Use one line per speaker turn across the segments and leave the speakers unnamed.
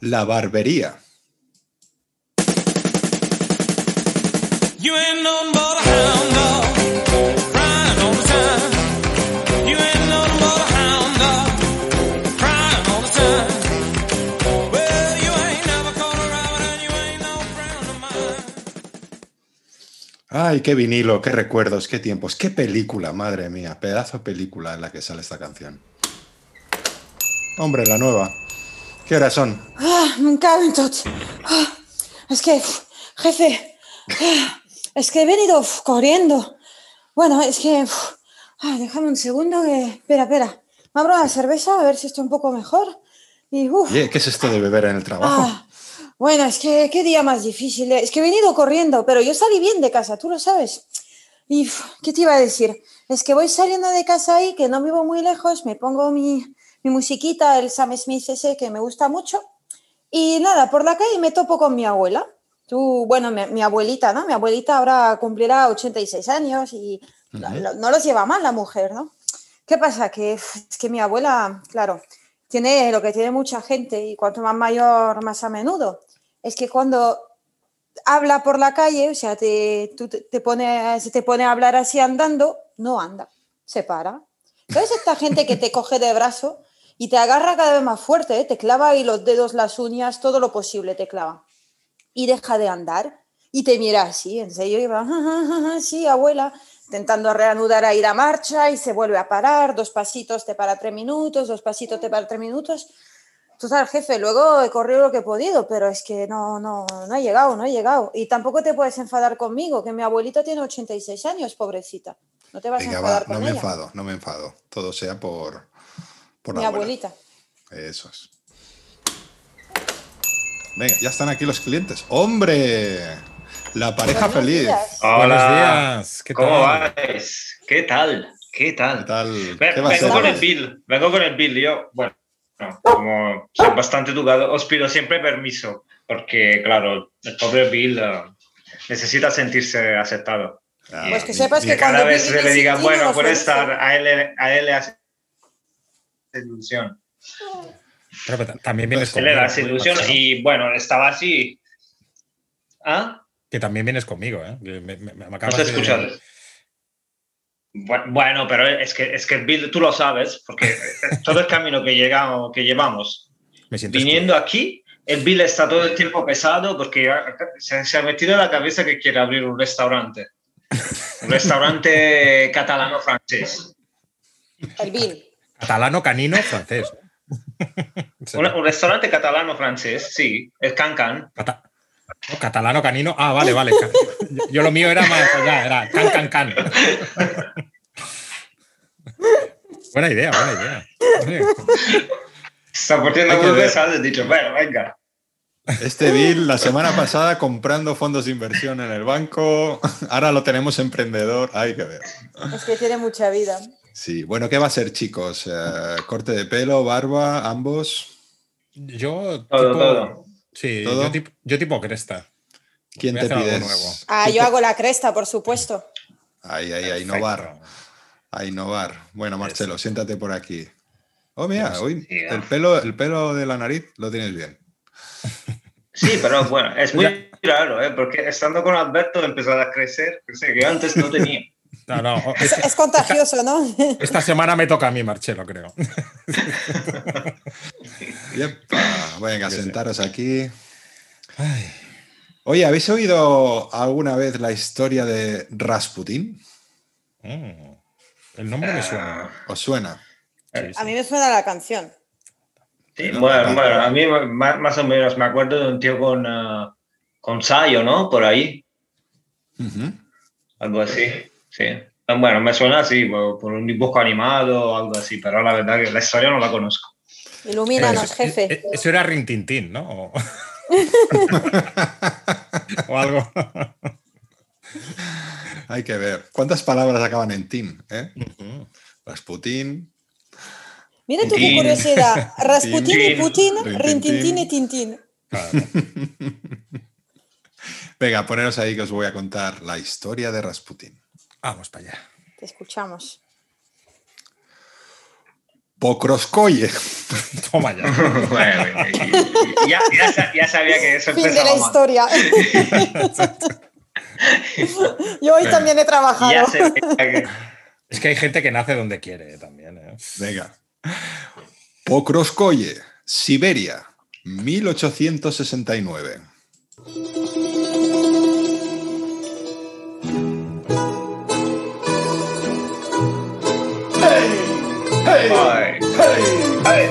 La barbería.
You ain't nothing but a hound dog, crying all the time. You ain't nothing but a hound dog, crying all the time. Well, you ain't never caught a rabbit and you ain't no friend of mine.
Ay, qué vinilo, qué recuerdos, qué tiempos, qué película, madre mía, pedazo de película en la que sale esta canción. Hombre, la nueva. ¿Qué horas son?
Ah, me cago en tot. Ah, es que, uf, jefe, ah, es que he venido uf, corriendo. Bueno, es que, uf, ah, déjame un segundo que... Espera, espera. Me abro la cerveza a ver si estoy un poco mejor. Y, uf,
Oye, ¿qué es esto de beber en el trabajo?
ah, bueno, es que qué día más difícil. eh. Es que he venido corriendo, pero yo salí bien de casa, tú lo sabes. Y, uf, ¿qué te iba a decir? Es que voy saliendo de casa ahí, que no vivo muy lejos, me pongo mi, mi musiquita, el Sam Smith ese que me gusta mucho. Y nada, por la calle me topo con mi abuela. Tú, bueno, mi, mi abuelita, ¿no? Mi abuelita ahora cumplirá 86 años y la-
Ujú.
la- no los lleva mal la mujer, ¿no? ¿Qué pasa? Que uf, es que mi abuela, claro, tiene lo que tiene mucha gente y cuanto más mayor, más a menudo. Es que cuando habla por la calle, o sea, te, tú te, te pone, se te pone a hablar así andando, no anda, se para. ¿Sabes esta gente que te coge de brazo y te agarra cada vez más fuerte, ¿eh? te clava ahí los dedos, las uñas, todo lo posible te clava? Y deja de andar y te mira así, en serio, y va, "Ja, ja, ja, ja, sí, abuela, intentando reanudar ahí la marcha y se vuelve a parar, dos pasitos te para tres minutos, dos pasitos te para tres minutos. Total, jefe, luego he corrido lo que he podido, pero es que no, no, no he llegado, no he llegado. Y tampoco te puedes enfadar conmigo, que mi abuelita tiene 86 años, pobrecita. No te vas a
Venga,
enfadar
va,
con
no me
ella.
enfado, no me enfado. Todo sea por, por
mi
la abuela.
abuelita.
Eso es. Venga, ya están aquí los clientes. ¡Hombre! La pareja
Buenos
feliz. Ah.
días.
Hola.
Buenos días. ¿Qué
¿Cómo
tal?
vais? ¿Qué tal? ¿Qué tal?
¿Qué tal?
Ve-
¿Qué va a
vengo
ser? Ah,
con el
hoy?
Bill, vengo con el Bill. Yo, bueno, no, como soy bastante educado, os pido siempre permiso, porque, claro, el pobre Bill eh, necesita sentirse aceptado.
Ah,
Pues que
ni-
sepas
ni-
que
Cada
Cuando
vez
Bill
se le
dice
diga,
sí, no
bueno,
lo
puede
felicito.
estar, a él, a él le hace ilusión.
Pero ta- también vienes
Pues
Él le
conmigo.
hace ilusión
Marcelo,
y, bueno, estaba así. ¿Ah?
Que también vienes conmigo, ¿eh? Que Me, me- me
No
acabas
te he
de-
escuchado. Bu- Bueno, pero es que, es que Bill, tú lo sabes, porque todo el camino que, llegamos, que llevamos
Me siento
viniendo aquí, el Bill está todo el tiempo pesado porque ha- se, se ha metido en la cabeza que quiere abrir un restaurante. Un restaurante catalano-francés.
El Bill.
excluido. Catalano, canino, francés. Sí.
Un, un restaurante catalano-francés, sí, el Cancan.
Cata- no, catalano, canino. Ah, vale, vale. Ca- Yo, yo lo mío era más allá, era can, can, can. buena idea, buena idea. Oye,
Está poniendo
Hay que
muy
ver.
pesado, he dicho, bueno, venga.
Este Bill la semana pasada comprando fondos de inversión en el banco. Ahora lo tenemos emprendedor. Hay que ver.
Es que tiene mucha vida.
Sí, bueno, ¿qué va a ser, chicos? Eh, corte de pelo, barba, ambos.
Yo tipo,
Todo, todo.
Sí,
Todo.
Yo, tipo, yo tipo cresta.
¿Quién
Voy a
te
hacer algo
pides?
nuevo.
Ah, yo hago la cresta, por supuesto.
Ahí, ahí, a
Perfecto.
innovar. A innovar. Bueno, Marcelo, siéntate por aquí. Oh, mira, hoy
Sí,
el pelo, el pelo de la nariz lo tienes bien.
Sí, pero bueno, es muy raro, ¿eh? porque estando con Alberto he empezado a crecer, crecer que antes no tenía.
No, no, o-
Es,
es-
es contagioso, ¿no?
esta semana me toca a mí, Marcelo, creo.
Yepa. Venga,
Yo sé.
sentaros aquí. Oye, ¿habéis oído alguna vez la historia de Rasputín?
Mm. El nombre me
Ah,
suena.
¿Os suena?
Sí,
A
sí.
mí me suena la canción.
Sí,
¿no?
bueno,
Claro.
bueno, a mí ma- ma- más o menos me acuerdo de un tío con, ah, con Sayo, ¿no? Por ahí,
Ujú.
algo así. Sí. Bueno, me suena así, por, por un dibujo animado o algo así, pero la verdad que la historia no la conozco.
Ilumínanos,
Eso-
jefe.
e- e- Eso era Rintintín, ¿no? O, o algo.
Hay que ver. ¿Cuántas palabras acaban en Tim? eh? Rasputín.
Mira tú qué
Tin.
curiosidad. Rasputín y
Tin.
Putin,
Tin, tin,
Rintintín
tin.
y Tintín.
Venga, poneros ahí que os voy a contar la historia de Rasputín.
Vamos para allá.
Te escuchamos.
Pocroscoye.
Toma ya.
Bueno, y- y- ya, ya sa- ya sabía que eso
Fin de
empezaba
la
mal.
historia. Yo hoy también he trabajado.
Ya se veía que-
Es que hay gente que nace donde quiere eh, también. eh.
Venga. Pokrovskoye, Siberia, 1869.
Ay. Ay.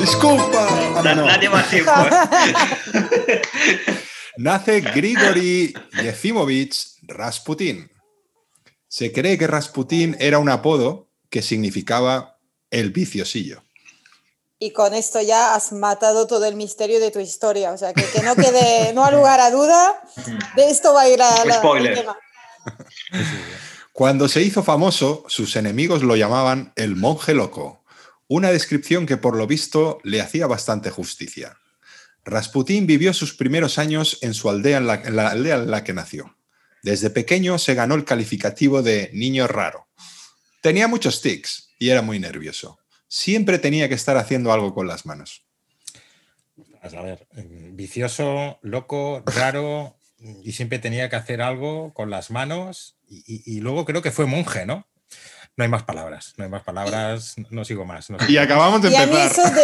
Disculpa. Ah, no,
Da-
no.
Date más tiempo. ¿eh?
Nace Grigori Yefimovich Rasputin. Se cree que Rasputin era un apodo que significaba el viciosillo.
Y con esto ya has matado todo el misterio de tu historia. O sea, que, que no quede, no ha lugar a duda. De esto va a ir a la,
Spoiler.
el tema.
Cuando se hizo famoso, sus enemigos lo llamaban el monje loco, una descripción que por lo visto le hacía bastante justicia. Rasputín vivió sus primeros años en su aldea, en la, en la aldea en la que nació. Desde pequeño se ganó el calificativo de niño raro. Tenía muchos tics y era muy nervioso. Siempre tenía que estar haciendo algo con las manos.
Vas A ver, eh, vicioso, loco, raro, y siempre tenía que hacer algo con las manos. Y, y- y luego creo que fue monje, ¿no? No hay más palabras, no hay más palabras, no sigo más. no sigo
Y
más.
acabamos de
Y a mí
empezar.
eso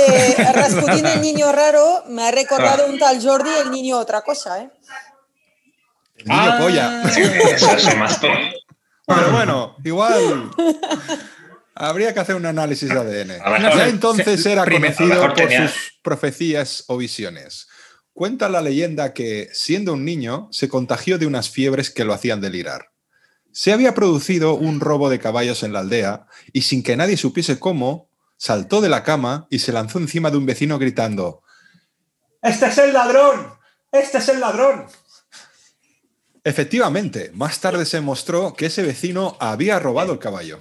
de Rasputín el niño raro me ha recordado un tal Jordi el niño otra cosa, ¿eh?
El niño
Ah.
polla.
Eso es más todo.
Pero bueno, igual. Habría que hacer un análisis de ADN.
A lo
Ya
mejor-
entonces
se-
era
primero,
a
conocido
lo mejor
por
tenía-
sus profecías o visiones. Cuenta la leyenda que, siendo un niño, se contagió de unas fiebres que lo hacían delirar. Se había producido un robo de caballos en la aldea y sin que nadie supiese cómo, saltó de la cama y se lanzó encima de un vecino gritando ¡Este es el ladrón! ¡Este es el ladrón! Efectivamente, más tarde se mostró que ese vecino había robado el caballo.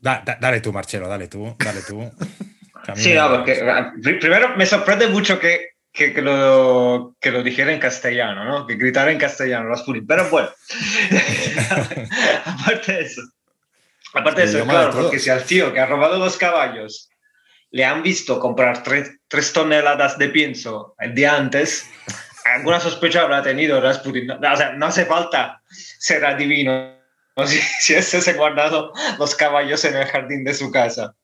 Da- da- dale tú, Marcelo, dale tú, dale tú. Que a mí
Sí,
me-
no, porque ah, pri- primero me sorprende mucho que, que, que lo, que lo dijera en castellano, ¿no? Que gritara en castellano, Rasputin. Pero bueno, aparte de eso, aparte de
El
eso,
idioma de
claro,
todos.
porque si al tío que ha robado los caballos le han visto comprar tres, tres toneladas de pienso el día antes, alguna sospecha habrá tenido Rasputin. No, o sea, no hace falta ser adivino. ¿no? Si, si ese se ha guardado los caballos en el jardín de su casa.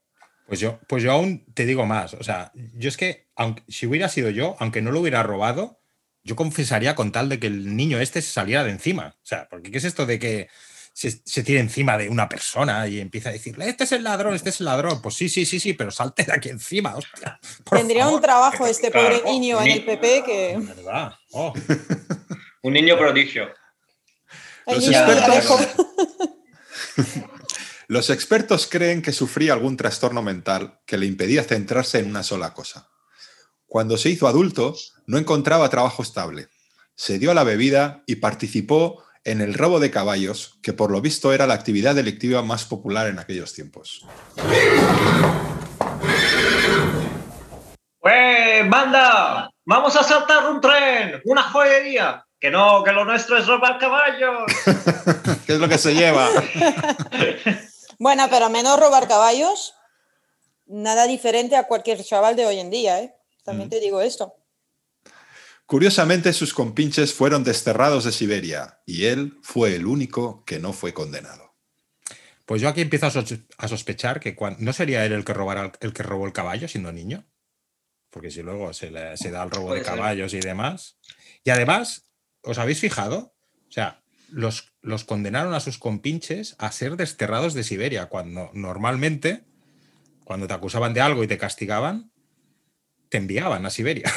Pues yo, pues yo aún te digo más. O sea, yo es que, aunque, si hubiera sido yo, aunque no lo hubiera robado, yo confesaría con tal de que el niño este se saliera de encima. O sea, porque ¿qué es esto de que se, se tire encima de una persona y empieza a decirle, este es el ladrón, este es el ladrón? Pues sí, sí, sí, sí, pero salte de aquí encima, hostia. por
Tendría un
favor.
trabajo este
Claro,
pobre niño en
ni-
el PP que
¿Verdad? Oh,
Un niño prodigio.
el
Los
niño
expertos-
abejo.
Los expertos creen que sufría algún trastorno mental que le impedía centrarse en una sola cosa. Cuando se hizo adulto, no encontraba trabajo estable. Se dio a la bebida y participó en el robo de caballos, que por lo visto era la actividad delictiva más popular en aquellos tiempos.
¡Eh, banda! ¡Vamos a saltar un tren! ¡Una joyería! ¡Que no, que lo nuestro es robar caballos!
¿Qué es lo que se lleva?
Bueno, pero menos robar caballos, nada diferente a cualquier chaval de hoy en día, ¿eh? También te digo esto.
Curiosamente, sus compinches fueron desterrados de Siberia y él fue el único que no fue condenado.
pues yo aquí empiezo a, sos- a sospechar que cuan- no sería él el que, robara el, el que robó el caballo siendo niño. Porque si luego se, le- se da el robo
Puede
de
ser.
caballos y demás. Y además, ¿os habéis fijado? O sea, los, los condenaron a sus compinches a ser desterrados de Siberia, cuando normalmente, cuando te acusaban de algo y te castigaban, te enviaban a Siberia.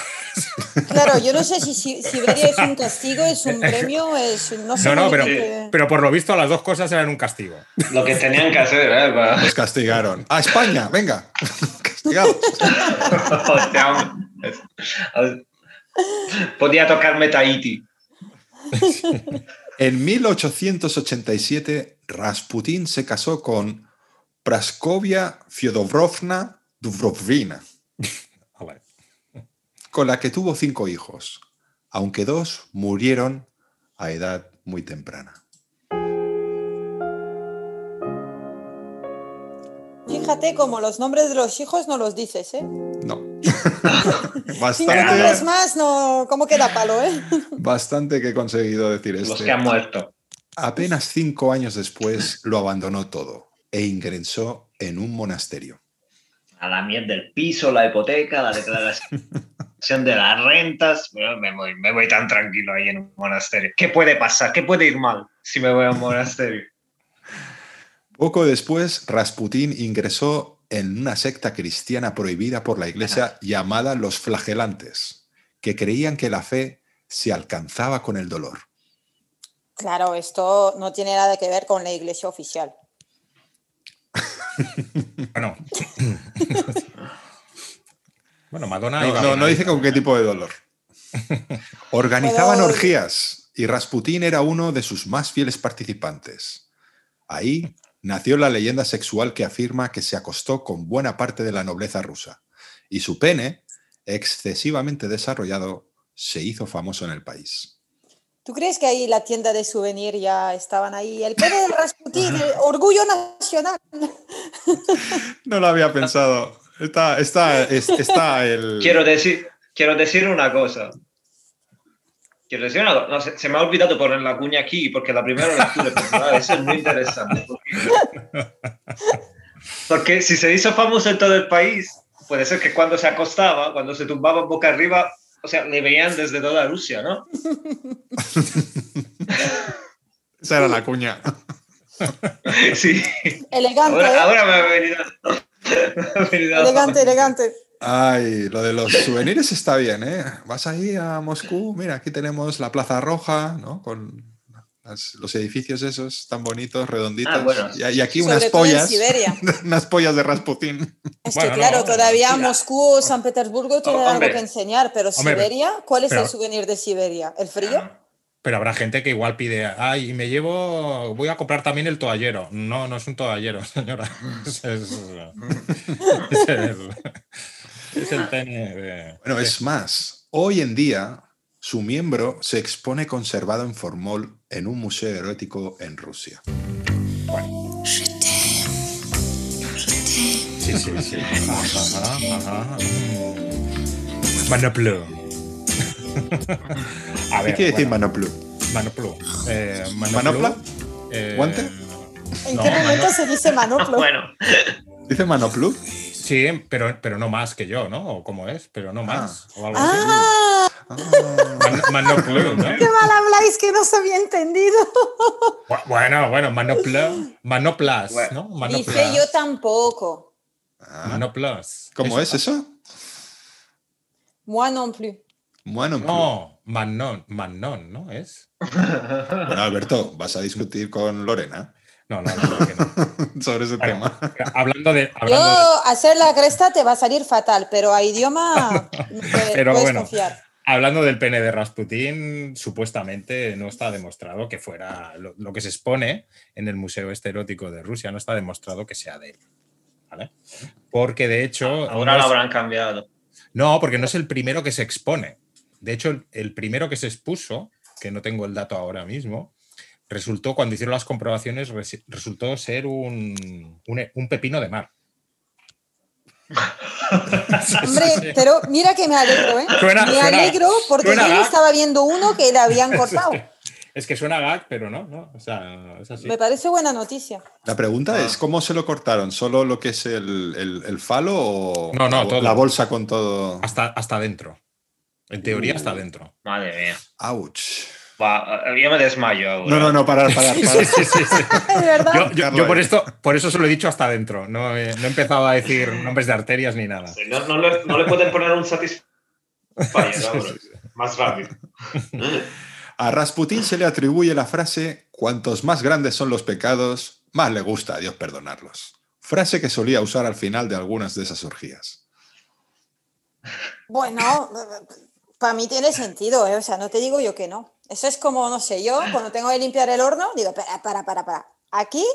Claro, yo no sé si, si Siberia es un castigo, es un premio, es no sé.
No, no,
muy
pero,
bien qué-
pero por lo visto las dos cosas eran un castigo.
Lo que tenían que hacer, ¿eh? Para...
Los castigaron. ¡A España! ¡Venga! ¡Castigados!
O sea, hombre. Podía tocarme Tahiti.
En 1887, Rasputín se casó con Praskovia Fyodorovna Dubrovina,
Ah, vale.
con la que tuvo cinco hijos, aunque dos murieron a edad muy temprana.
Fíjate como los nombres de los hijos no los dices, ¿eh?
No.
Cinco nombres
bastante,
más, no, ¿cómo queda palo, eh?
bastante que he conseguido decir
Los
esto.
que han muerto.
Apenas cinco años después lo abandonó todo e ingresó en un monasterio.
A la mierda del piso, la hipoteca, la declaración de las rentas. Bueno, me, voy, me voy tan tranquilo ahí en un monasterio. ¿Qué puede pasar? ¿Qué puede ir mal si me voy a un monasterio?
Poco después, Rasputín ingresó en una secta cristiana prohibida por la iglesia llamada los flagelantes, que creían que la fe se alcanzaba con el dolor.
Claro, esto no tiene nada que ver con la iglesia oficial.
Bueno. bueno, Madonna.
No,
iba
no,
bien
no
ahí.
dice con qué tipo de dolor. Organizaban
Pero-
orgías y Rasputín era uno de sus más fieles participantes. Ahí nació la leyenda sexual que afirma que se acostó con buena parte de la nobleza rusa y su pene, excesivamente desarrollado, se hizo famoso en el país.
¿Tú crees que ahí la tienda de souvenir ya estaban ahí? El pene del Rasputín, el orgullo nacional.
No lo había pensado. Está, está, es- está el...
Quiero decir, quiero decir una cosa. Quiero decir una cosa. No, se, se me ha olvidado poner la cuña aquí porque la primera lectura personal eso es muy interesante. porque- Porque si se hizo famoso en todo el país, puede ser que cuando se acostaba, cuando se tumbaba boca arriba, o sea, le veían desde toda Rusia, ¿no?
Esa era la cuña.
Sí.
Elegante,
Ahora,
¿eh?
ahora me ha venido. me ha venido-
Elegante, elegante.
Ay, lo de los souvenirs está bien, ¿eh? Vas ahí a Moscú, mira, aquí tenemos la Plaza Roja, ¿no? Con las- los edificios esos tan bonitos, redonditos.
Ah, bueno.
y, y aquí
Sobre
unas
todo en
pollas,
Siberia.
unas pollas de Rasputín.
Es
Bueno,
que claro,
no,
todavía
mira.
Moscú, San Petersburgo tienen
Oh, hombre.
algo que enseñar, pero
Hombre,
Siberia, ¿cuál es
pero- Ah,
el souvenir de Siberia? ¿El frío?
Pero habrá gente que igual pide, ay, me llevo, voy a comprar también el toallero. No, no es un toallero, señora. Es, es- es el- es el pene de-
Bueno, es más, hoy en día su miembro se expone conservado en formol en un museo erótico en Rusia.
Sí, sí, sí. Ajá, ajá. Mm. Manoplu. A
¿Qué
ver,
quiere decir
bueno,
Manoplu?
Manoplu. Eh, Manoplu,
¿Manopla?
eh,
¿Guante?
¿En
no,
qué momento
Manoplu-
se dice manoplo?
Bueno,
¿Dice Manoplu?
Sí, pero, pero no más que yo, ¿no? ¿O cómo es? Pero no más. o algo así.
¡Ah!
Ah.
Man- Manoplu, ¿no?
¡Qué mal habláis que no os había entendido!
Bu- Bueno, bueno, manopla, manoplas,
Bueno.
¿no?
Dice yo
Manoplas.
tampoco.
Ah,
Manoplas.
¿Cómo es eso?
Moi non plus.
Manoplu.
No, manon, manon, ¿no es?
Bueno, Alberto, vas a discutir con Lorena
No, no, no. creo que no.
sobre ese
Bueno,
tema.
hablando de...
Yo
Hablando de-
hacer la cresta te va a salir fatal, pero a idioma no te
Pero
puedes
bueno.
confiar.
Hablando del pene de Rasputín, supuestamente no está demostrado que fuera lo, lo que se expone en el Museo Este Erótico de Rusia, no está demostrado que sea de él. ¿vale? Porque de hecho.
Ah, ahora
no,
lo
es-
habrán cambiado.
no, porque no es el primero que se expone. De hecho, el, el primero que se expuso, que no tengo el dato ahora mismo, resultó, cuando hicieron las comprobaciones, resi- resultó ser un, un, un pepino de mar.
Hombre, pero mira que me alegro, ¿eh?
Suena-
me
suena-
alegro porque
suena
yo
gag.
estaba viendo uno que le habían cortado.
Es que suena gag, pero no, no. O sea, es así.
Me parece buena noticia.
La pregunta
Ah.
es, ¿cómo se lo cortaron? ¿Solo lo que es el, el- el falo o
No, no,
la,
todo.
la bolsa con todo?
Hasta, hasta dentro. En teoría, hasta dentro.
Madre mía.
¡Auch!
Va, yo me desmayo ahora.
No, no, no, parar, parar, parar.
Sí, sí, sí.
Es verdad.
Yo, yo-
Carlos.
yo por esto, por eso se lo he dicho hasta adentro. No, he- no he empezado a decir nombres de arterias ni nada.
Sí, No, no le, no le pueden poner un satisfyer ahora, más rápido.
A Rasputín se le atribuye la frase, cuantos más grandes son los pecados, más le gusta a Dios perdonarlos. Frase que solía usar al final de algunas de esas orgías.
Bueno, para mí tiene sentido, ¿eh? O sea, no te digo yo que no. Eso es como, no sé, yo cuando tengo que limpiar el horno, digo, para, para, para, para. Aquí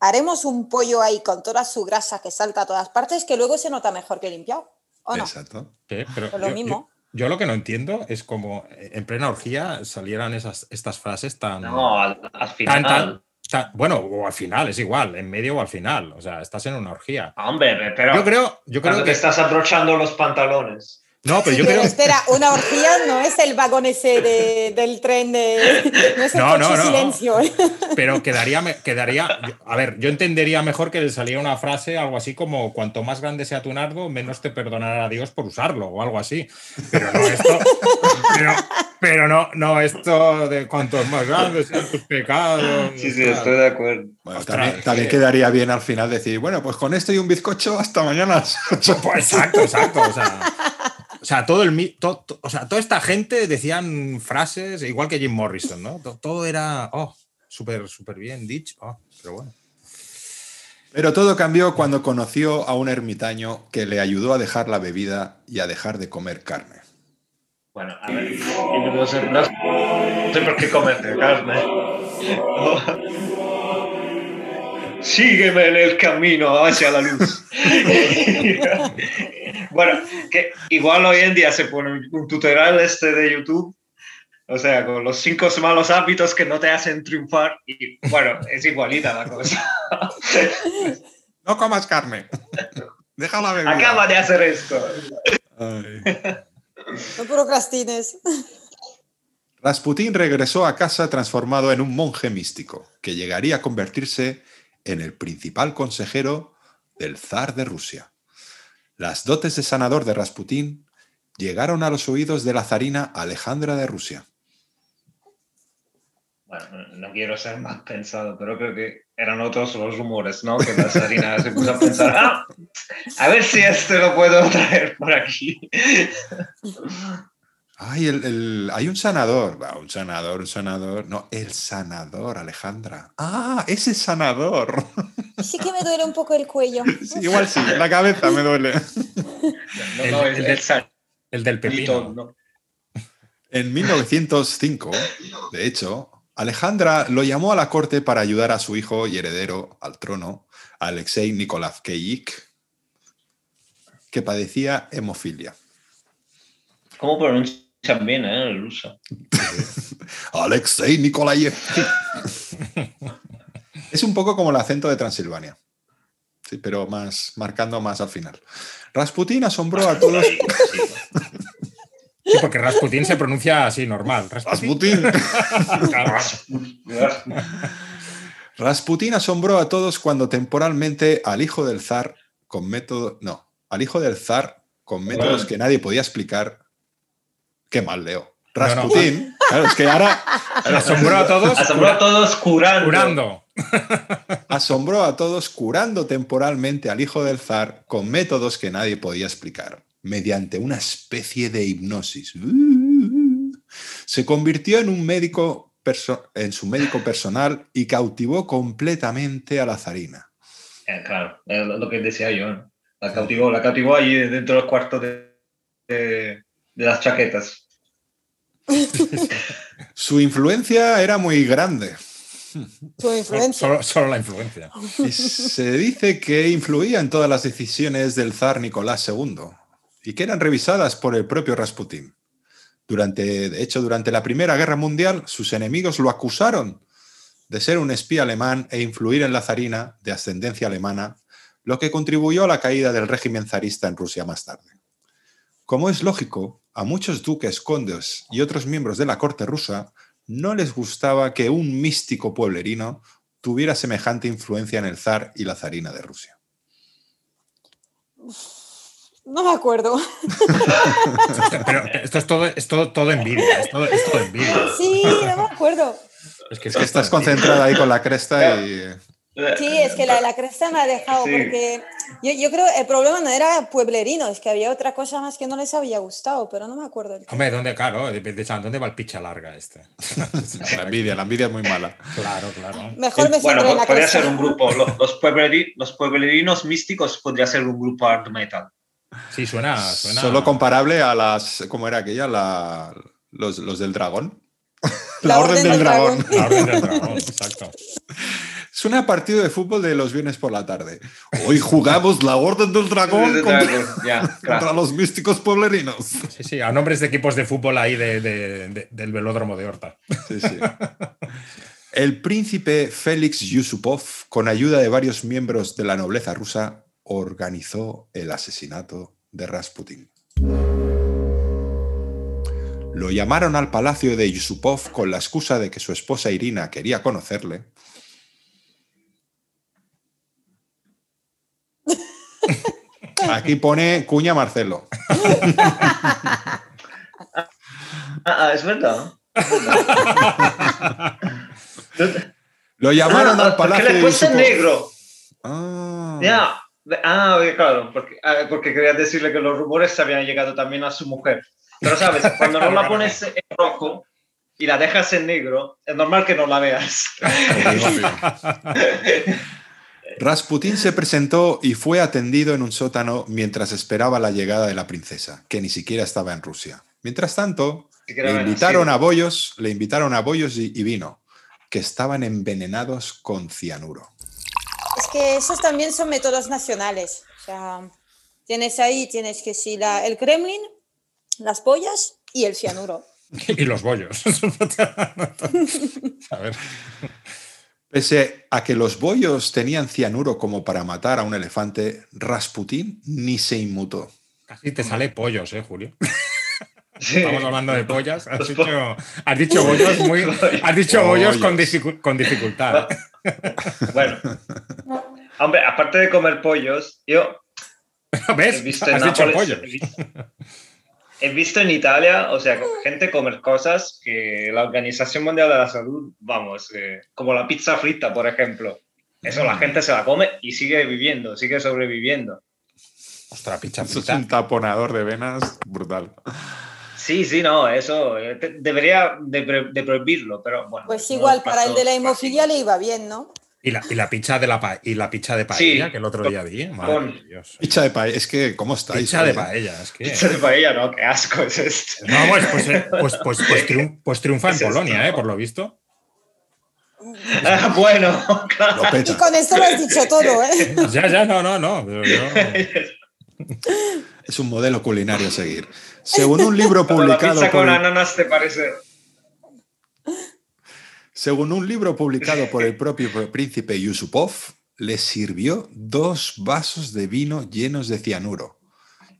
haremos un pollo ahí con toda su grasa que salta a todas partes, que luego se nota mejor que limpiado. ¿O no?
Exacto.
Sí, pero
Pues lo
yo,
mismo.
Yo, yo lo que no entiendo es como en plena orgía salieran esas, estas frases tan...
No, al, al
tan,
final.
tan- tan- bueno, o al final, es igual, en medio o al final. O sea, estás en una orgía.
Hombre, pero.
Yo creo, yo creo
cuando te
que...
estás abrochando los pantalones.
No, pero
Sí,
yo
pero
creo...
espera, una orgía no es el vagón ese de- del tren de. No es el
No,
coche
no, no.
silencio. ¿eh?
Pero quedaría, me- quedaría, yo- a ver, yo entendería mejor que le saliera una frase, algo así como, cuanto más grande sea tu nardo, menos te perdonará Dios por usarlo, o algo así. Pero no esto, pero, pero no, no esto de cuantos más grandes sean tus pecados. claro.
de acuerdo.
Bueno,
Ostras,
también,
es
también
que-
quedaría bien al final decir, bueno, pues con esto y un bizcocho hasta mañana. a las ocho".
Pues exacto, exacto. O sea, o sea, todo el, mi- to- to- o sea, toda esta gente decían frases, igual que Jim Morrison, ¿no? To- Todo era, oh, súper, súper bien dicho. oh, pero bueno.
Pero todo cambió cuando conoció a un ermitaño que le ayudó a dejar la bebida y a dejar de comer carne.
Bueno, a ver. y No sé, no sé- no sé por qué comerte carne. Sígueme en el camino hacia la luz. bueno, que igual hoy en día se pone un tutorial este de YouTube. O sea, con los cinco malos hábitos que no te hacen triunfar. Y bueno, es igualita la cosa.
No comas carne. Deja la bebida.
Acaba de hacer esto.
Ay.
No procrastines.
Rasputín regresó a casa transformado en un monje místico, que llegaría a convertirse en el principal consejero del zar de Rusia. Las dotes de sanador de Rasputín llegaron a los oídos de la zarina Alejandra de Rusia.
Bueno, no quiero ser más pensado, pero creo que eran otros los rumores, ¿no? Que la Sarina se puso a pensar, "Ah, a ver si este lo puedo traer por aquí.
Ay, el- el- hay un sanador. Ah, un sanador, un sanador. No, el sanador, Alejandra. Ah, ese sanador.
Sí que me duele un poco el cuello.
Sí, igual sí, la cabeza me duele.
No, no,
El-
el, el Sarito,
El del pepino.
no.
En 1905, de hecho, Alejandra lo llamó a la corte para ayudar a su hijo y heredero al trono, Alexei Nikolavkeyik, que padecía hemofilia.
¿Cómo pronuncian bien, eh, el ruso?
Alexei Nikolayev. es un poco como el acento de Transilvania. Sí, pero más marcando más al final. Rasputín asombró a todos.
Sí, porque Rasputin se pronuncia así, normal. Rasputin.
Rasputín.
Claro.
Rasputín asombró a todos cuando temporalmente al hijo del zar con método, no, al hijo del zar con métodos que nadie podía explicar. Qué mal leo.
No, no.
Rasputín, claro, es que ahora
Asombró a todos.
Asombró a todos curando.
Curando.
asombró a todos curando temporalmente al hijo del zar con métodos que nadie podía explicar, mediante una especie de hipnosis. Se convirtió en un médico perso- en su médico personal y cautivó completamente a la zarina.
Eh, claro, es lo que decía yo. ¿no? La cautivó, la cautivó ahí dentro de los cuartos de, de- de las chaquetas.
Su influencia era muy grande
Tu
Solo,
influencia.
solo- solo la influencia.
y se dice que influía en todas las decisiones del zar Nicolás II y que eran revisadas por el propio Rasputín. Durante, de hecho, durante la Primera Guerra Mundial, sus enemigos lo acusaron de ser un espía alemán e influir en la zarina de ascendencia alemana, lo que contribuyó a la caída del régimen zarista en Rusia más tarde. Como es lógico, a muchos duques, condes y otros miembros de la corte rusa no les gustaba que un místico pueblerino tuviera semejante influencia en el zar y la zarina de Rusia.
No me acuerdo.
Pero esto es todo, es todo, todo envidia. Es todo, es todo envidia.
Sí, no me acuerdo.
Es que es
Estás
todo envidia.
concentrada ahí con la cresta y...
Eh,
Sí, es que la de la cresta me ha dejado
Sí.
porque yo, yo creo el problema no era pueblerino, es que había otra cosa más que no les había gustado, pero no me acuerdo. el qué.
Hombre, ¿dónde, claro? de- de- ¿Dónde va el picha larga este?
La envidia, la envidia es muy mala.
Claro, claro.
Mejor me centro
Bueno,
en la
podría
cresta.
ser un grupo. lo- Los, pueblerinos, los pueblerinos místicos podría ser un grupo hard metal.
Sí,
Ah,
suena, suena.
Solo comparable a las... ¿Cómo era aquella? La- los, los del dragón. La, orden, del dragón.
La orden del dragón, exacto.
Es una partida de fútbol de los viernes por la tarde. Hoy jugamos la orden del dragón contra,
Ya,
contra
claro.
los místicos pueblerinos.
Sí, sí, a nombres de equipos de fútbol ahí de- de- de- del velódromo de Horta.
Sí, sí. El príncipe Félix Yusupov, con ayuda de varios miembros de la nobleza rusa, organizó el asesinato de Rasputin. Lo llamaron al palacio de Yusupov con la excusa de que su esposa Irina quería conocerle. Aquí pone cuña Marcelo.
Ah, ah, es verdad. Es verdad.
Lo llamaron al
Ah, porque
palacio
le
de
puse
Yusupov.
negro.
Ah.
Ya. Ah, claro, porque, ah, porque quería decirle que los rumores habían llegado también a su mujer. Pero sabes, cuando no la pones en rojo y la dejas en negro, es normal que no la veas.
Rasputín se presentó y fue atendido en un sótano mientras esperaba la llegada de la princesa, que ni siquiera estaba en Rusia. Mientras tanto, le invitaron a bollos, le invitaron a bollos y, y vino, que estaban envenenados con cianuro.
Es que esos también son métodos nacionales. O sea, tienes ahí, tienes que si la, el Kremlin, las pollas y el cianuro.
Y los bollos. a ver.
Pese a que los bollos tenían cianuro como para matar a un elefante, Rasputín ni se inmutó.
Casi te sale pollos, ¿eh, Julio?
Sí.
Estamos hablando de pollas. Has
Los
dicho, has dicho bollos muy. Has dicho bollos con,
Pollos.
dificu- con dificultad.
Bueno. Hombre, aparte de comer pollos, yo he
¿Ves?
visto en
Has dicho
Nápoles,
pollos.
he visto- he visto en Italia, o sea, gente comer cosas que la Organización Mundial de la Salud, vamos, eh, como la pizza frita, por ejemplo. Eso
Mm.
la gente se la come y sigue viviendo, sigue sobreviviendo.
Ostras, pincha
Eso es
frita.
un taponador de venas brutal.
Sí, sí, no, eso eh, te- debería de, pro- de prohibirlo, pero bueno.
Pues
no
igual,
es
para el de la
paso
hemofilia le iba bien, ¿no?
Y la, y la pizza de la pa- y la pizza de paella
Sí,
que el otro día vi. Madre
con-
de Dios.
Picha de paella, es que, ¿cómo estáis?
Pizza de
oye?
paella, es que.
fácil. Pizza de paella, no, qué asco es este. esto.
No, pues, pues, eh, pues, pues- pues triun- pues triunfa en
Ese es
Polonia,
trabajo.
eh, por lo visto.
Ah, bueno, claro.
Lo peta.
Y con esto lo has dicho todo, ¿eh?
Ya, ya, no, no, no. pero yo-
Es un modelo culinario a seguir. Según un libro
Cuando la
publicado
pizza
por
con
el-
ananas te parece.
Según un libro publicado por el propio príncipe Yusupov, le sirvió dos vasos de vino llenos de cianuro.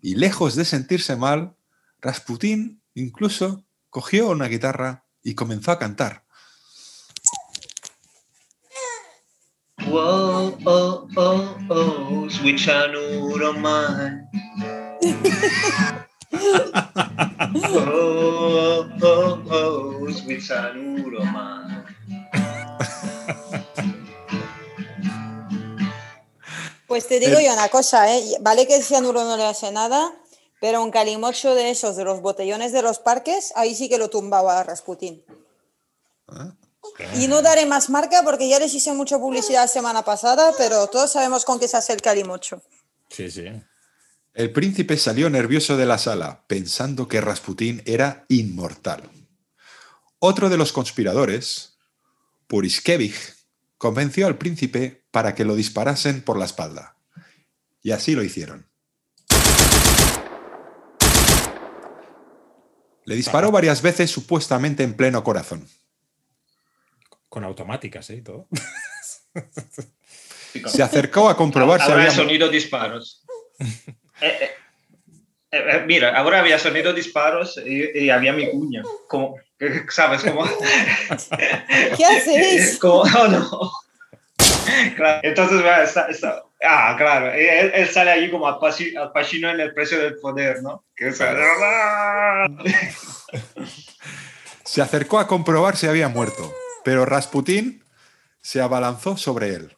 Y lejos de sentirse mal, Rasputín incluso cogió una guitarra y comenzó a cantar.
Wow, oh, oh, oh, sweet chanur on mine. oh, oh, oh, sweet chanur on mine.
Pues te digo
El-
yo una cosa, ¿eh? Vale que el cianuro no le hace nada, pero un calimocho de esos, de los botellones de los parques, ahí sí que lo tumbaba Rasputín. Y no daré más marca porque ya les hice mucha publicidad la semana pasada, pero todos sabemos con qué se hace el calimocho.
Sí, sí.
El príncipe salió nervioso de la sala, pensando que Rasputín era inmortal. Otro de los conspiradores, Puriskevich, convenció al príncipe para que lo disparasen por la espalda. Y así lo hicieron. Le disparó varias veces supuestamente en pleno corazón.
Con automáticas, ¿eh? Y todo.
Se acercó a comprobar si
Ahora
había...
he sonido disparos. Eh, eh, eh, eh, mira, ahora había sonido disparos y, y había mi cuña. Como, eh, ¿Sabes? Como,
¿Qué hacéis?
como, oh, no. Claro, Entonces, va, está, está- ah, claro, él, él sale allí como al Paci- al Pacino en el precio del poder, ¿no? Que sale, ¡ah!
Se acercó a comprobar si había muerto, pero Rasputín se abalanzó sobre él.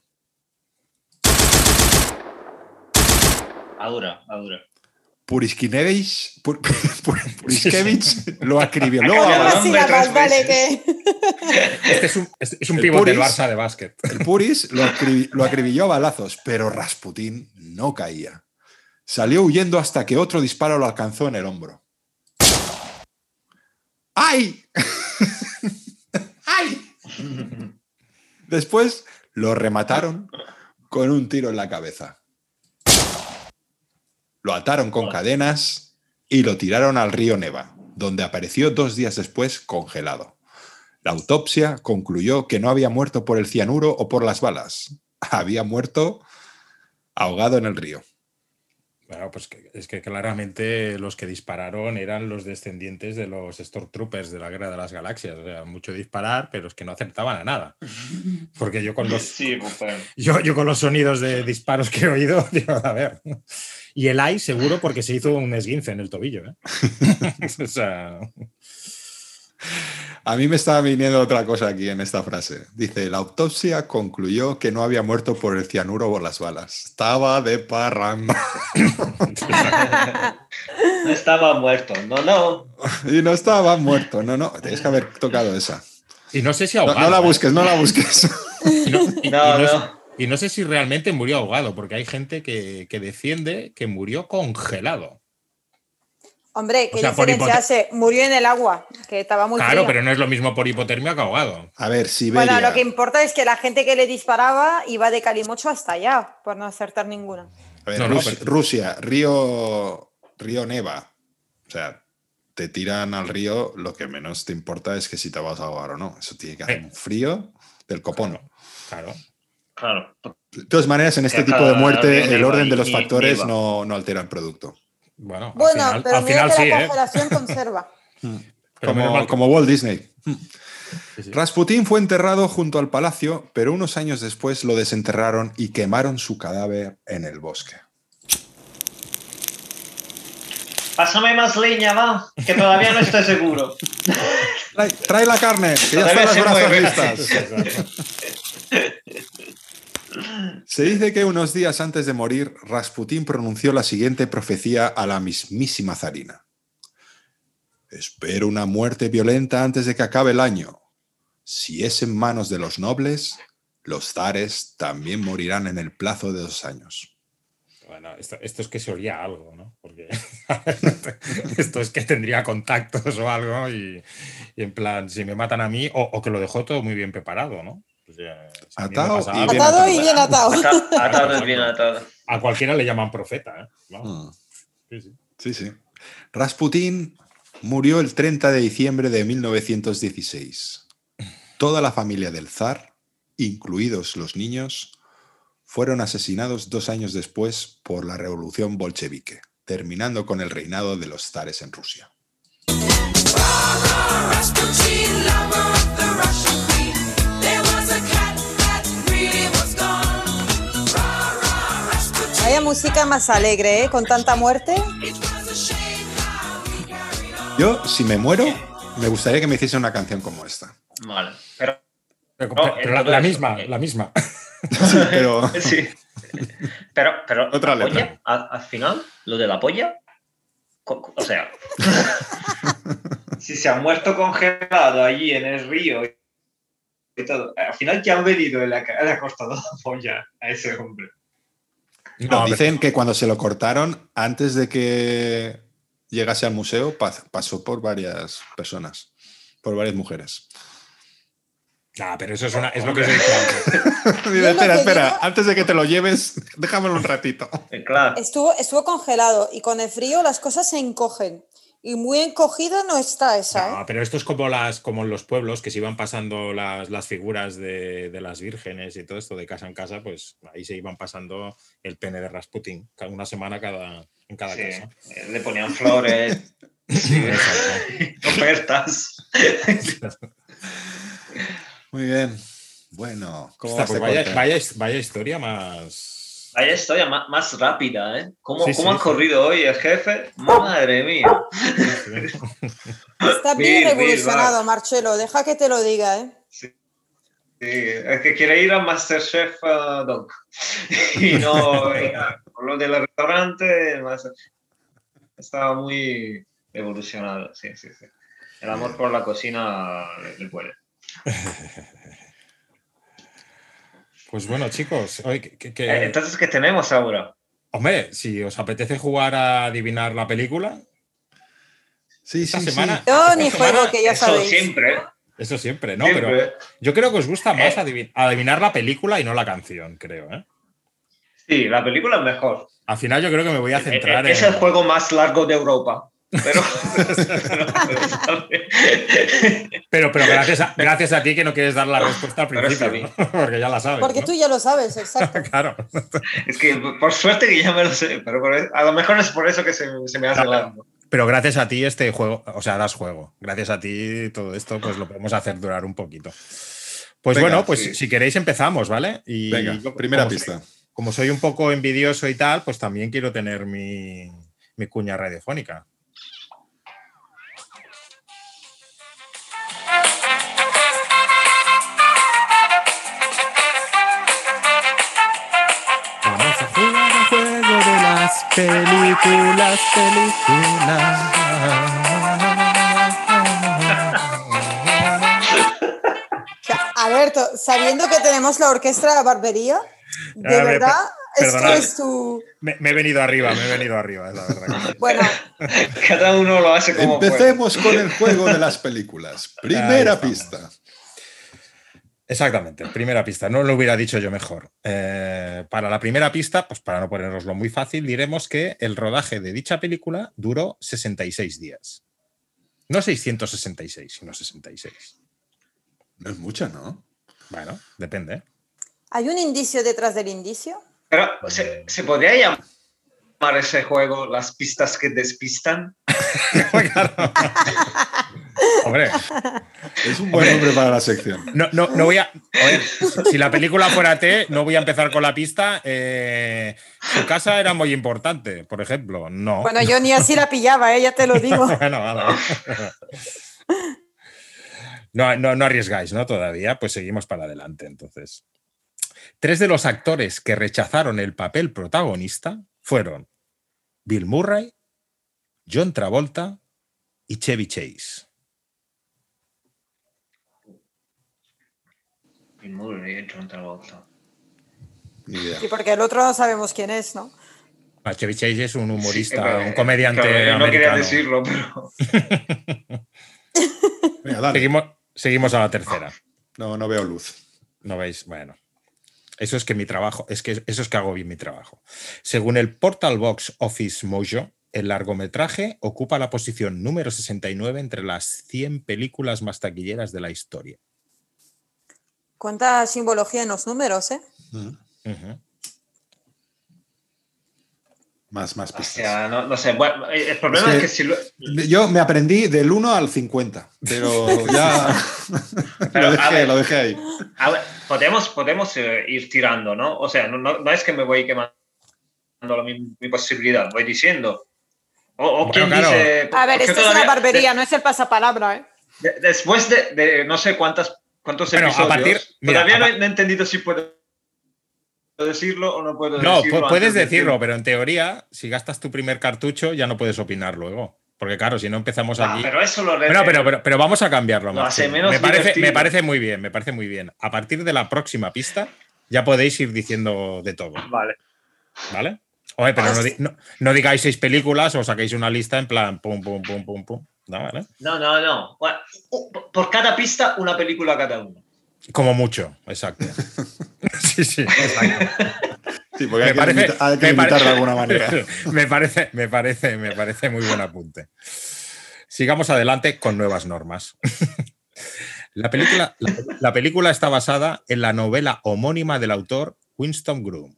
Ahora, ahora.
Puriskinevich, Pur- Pur- Puriskevich lo acribioló.
Acaba
a balazos.
Más
de hombre,
sílabas,
tres
vale
veces.
que...
Este es un, este es un
El
pivot del
Puris.
Barça de básquet.
El Puris lo, acri- lo acribilló a balazos, pero Rasputín no caía. Salió huyendo hasta que otro disparo lo alcanzó en el hombro. ¡Ay! ¡Ay! Después lo remataron con un tiro en la cabeza. Lo ataron con cadenas y lo tiraron al río Neva, donde apareció dos días después congelado. La autopsia concluyó que no había muerto por el cianuro o por las balas. Había muerto ahogado en el río.
Bueno, pues que- es que claramente los que dispararon eran los descendientes de los Stormtroopers de la Guerra de las Galaxias. O sea, mucho disparar, pero es que no acertaban a nada. Porque yo con los,
Sí, pues,
yo, yo con los sonidos de disparos que he oído, digo, a ver. Y el AI seguro porque se hizo un esguince en el tobillo. ¿eh? o sea,
A mí me estaba viniendo otra cosa aquí en esta frase. Dice, la autopsia concluyó que no había muerto por el cianuro o por las balas. Estaba de parranda
No estaba muerto, no, no.
y no estaba muerto. No, no, tenías que haber tocado esa.
y no sé si
No,
ahogado.
no la
¿eh?
busques, no la busques.
Y no, y- y
No,
no sé-
no.
y no sé si realmente murió ahogado, porque hay gente que, que defiende que murió congelado.
Hombre,
O
¿qué
sea, por
diferencia
hipote-
hace? Murió en el agua, que estaba muy
Claro,
fría.
pero no es lo mismo por hipotermia que ahogado.
A ver, Siberia.
Bueno, lo que importa es que la gente que le disparaba iba de Calimocho hasta allá, por no acertar ninguna.
A ver,
No, no,
Rus-
pero-
Rusia, río, río Neva. O sea, te tiran al río, lo que menos te importa es que si te vas a ahogar o no. Eso tiene que hacer
Sí.
un frío del copón.
Claro.
claro.
De todas maneras, en este
Acá
tipo de muerte,
río
el
Neva
orden de
y-
los
y
factores
Neva.
no, no altera el producto.
Bueno, al
Bueno,
final-
pero
al
mira
final,
que
sí,
la
¿eh?
congelación conserva.
Pero menos
Como,
mal que-
como Walt Disney.
sí, sí.
Rasputín fue enterrado junto al palacio, pero unos años después lo desenterraron y quemaron su cadáver en el bosque.
Pásame más leña, va, que todavía no estoy seguro.
Trae, trae la carne, que ya
Todavía
están
se
las
mueve.
brasas listas. Se dice que unos días antes de morir, Rasputín pronunció la siguiente profecía a la mismísima zarina. Espero una muerte violenta antes de que acabe el año. Si es en manos de los nobles, los zares también morirán en el plazo de dos años.
Bueno, esto, esto es que se olía a algo, ¿no? Porque esto es que tendría contactos o algo y, y en plan, si me matan a mí, o, o que lo dejó todo muy bien preparado, ¿no? O sea, si a mí me
Atao
pasa
y
algo, pues,
bien
Atado y
atado.
bien atado.
Ata- Atado es bien atado.
A cualquiera le llaman profeta, ¿eh? Vamos,
Mm,
sí, sí.
Sí, sí. Rasputín murió el 30 de diciembre de 1916. Toda la familia del zar, incluidos los niños, fueron asesinados dos años después por la revolución bolchevique, terminando con el reinado de los zares en Rusia.
Vaya música más alegre, ¿eh? Con tanta muerte.
Yo, si me muero, me gustaría que me hiciese una canción como esta.
Vale. Pero,
Pero,
No,
pero la, la
entonces-
misma, la misma.
Sí, pero
sí. Pero, pero
Otra
la
letra.
polla, al, al final, lo de la polla, co- co- o sea. si se ha muerto congelado allí en el río y todo, al final que han venido le ha, ca- le ha cortado la polla a ese hombre.
No,
dicen que cuando se lo cortaron, antes de que llegase al museo, pas- pasó por varias personas, por varias mujeres.
No, pero eso es, una- es lo que se dice antes.
Mira,
Yo lo
espera,
que
espera,
digo-
antes de que te lo lleves, déjamelo un ratito.
Eh, Claro.
Estuvo, estuvo congelado y con el frío las cosas se encogen. Y muy encogida no está esa,
No,
¿eh?
pero esto es como las como en los pueblos que se iban pasando las, las figuras de, de las vírgenes y todo esto de casa en casa, pues ahí se iban pasando el pene de Rasputin, cada- una semana cada, en cada
Sí,
casa.
eh, le ponían flores,
Exacto.
ofertas.
Muy bien. Bueno, ¿cómo
Hostia,
vas
pues
de
vaya,
corte?
vaya his- vaya historia más.
Vaya historia más, más rápida, ¿eh? ¿Cómo,
Sí,
cómo
sí.
ha corrido hoy el jefe? Madre mía.
Está bien
Vir, vir,
revolucionado, Marcelo. Deja que te lo diga, ¿eh?
Sí, es que quiere ir a Masterchef eh, Doc. y no, eh, con lo del restaurante, Master- estaba muy evolucionado. Sí, sí, sí. El amor por la cocina le, le puede.
Pues bueno, chicos, hoy que- que- que-
Eh, Entonces, ¿qué tenemos ahora?
hombre, si os apetece jugar a adivinar la película,
Sí,
Esta
sí,
semana-
sí.
Yo ni
Semana,
juego, que ya
Eso
sabéis.
siempre.
Eso siempre, ¿no?
siempre.
Pero yo creo que os gusta más
Eh.
adivin- adivinar la película y no la canción, creo. ¿eh?
Sí, la película es mejor.
Al final yo creo que me voy a centrar
Eh, eh, Es
en...
el juego más largo de Europa. Pero.
Pero, pero gracias, a, gracias a ti que no quieres dar la respuesta al
Pero está
principio, ¿no? porque ya la sabes.
Porque
¿no?
tú ya lo sabes, exacto.
Claro.
es que por suerte que ya me lo sé, pero por- e, a lo mejor es por eso que se, se me hace
Claro.
largo.
Pero gracias a ti este juego, o sea, das juego. Gracias a ti todo esto, pues lo podemos hacer durar un poquito. Pues
Venga,
bueno, pues
sí.
si queréis empezamos, ¿vale? Y
Venga,
yo,
primera
como soy-
pista.
como soy un poco envidioso y tal, pues también quiero tener mi, mi cuña radiofónica. Vamos a jugar al juego de las películas, películas.
Alberto, sabiendo que tenemos la orquesta de la barbería, de
A ver,
verdad,
Ah, per-
esto
perdonad.
es tu.
Me, me he venido arriba, me he venido arriba, es la verdad.
Bueno,
Cada uno lo hace como puede.
Empecemos con el juego de las películas. Primera
Ahí vamos.
pista.
Exactamente, primera pista. No lo hubiera dicho yo mejor. Eh, para la primera pista, pues para no poneroslo muy fácil, diremos que el rodaje de dicha película duró 66 días. No 666, sino 66.
No es mucha, ¿no?
Bueno, depende. ¿eh?
¿hay un indicio detrás del indicio?
Pero ¿se, se podría llamar ese juego las pistas que despistan.
Claro. Hombre,
Es un buen nombre para la sección.
no, no, no voy a. a ver, si la película fuera T, no voy a empezar con la pista. eh, su casa era muy importante, por ejemplo. No.
Bueno, yo ni así la pillaba, ¿eh? ya te lo digo.
Bueno, vale. No, no, no arriesgáis, ¿no? Todavía, pues seguimos para adelante, entonces. Tres de los actores que rechazaron el papel protagonista fueron Bill Murray, John Travolta y Chevy Chase.
Muy bien, John Travolta.
Ni idea.
Y porque el otro no sabemos quién es, ¿no?
Ah, Chevy Chase es un humorista,
Sí, pero,
un comediante
claro, No quería
americano.
decirlo, pero.
Venga, dale.
Seguimos, seguimos a la tercera.
No, no veo luz.
No veis, bueno. Eso es que mi trabajo, es que eso es que hago bien mi trabajo. Según el Portal Box Office Mojo, el largometraje ocupa la posición número 69 entre las 100 películas más taquilleras de la historia.
Cuánta simbología en los números, ¿eh?
Ujú.
Más, más pistas.
Hostia, no, no sé. Bueno, el problema
Es que-
es que si lo,
Yo me aprendí del 1 al 50, pero ya lo,
Pero, a
dejé,
ver.
lo dejé ahí.
A ver, podemos, podemos eh, ir tirando, ¿no? O sea, no, no- no es que me voy quemando la- mi, mi posibilidad, voy diciendo. O, o
Bueno,
quién
claro.
dice.
A ver,
porque
esto es una
todavía-
barbería, no es el pasapalabra, ¿eh?
de- de- después de, de no sé cuántas, cuántos
Bueno, a
episodios,
partir- mira,
todavía
a
no
par-
he, no he entendido si puedo decirlo o no puedo
No,
decirlo.
pu- puedes
antes de
decirlo, pero en teoría, si gastas tu primer cartucho, ya no puedes opinar luego. Porque claro, si no empezamos
Ah,
aquí.
pero eso lo
Bueno, pero, pero, pero vamos a cambiarlo.
Lo hace
Martín.
menos
me, parece,
divertido.
me parece muy bien, me parece muy bien. A partir de la próxima pista ya podéis ir diciendo de todo,
Vale.
¿vale? Oye, pero
Ah,
Pues
no,
sí.
di- no- no digáis seis películas o saquéis una lista en plan pum, pum, pum, pum, pum. No, ¿vale?
No, no, no. Bueno, u- por cada pista, una película cada uno.
Como mucho, exacto. sí, sí, exacto.
Sí, porque hay
Me
que,
parece-
limita- hay que
me
limitar de
parece-
alguna manera.
me parece, me parece, me parece muy buen apunte. Sigamos adelante con nuevas normas. La película, la, la película está basada en la novela homónima del autor Winston Groom.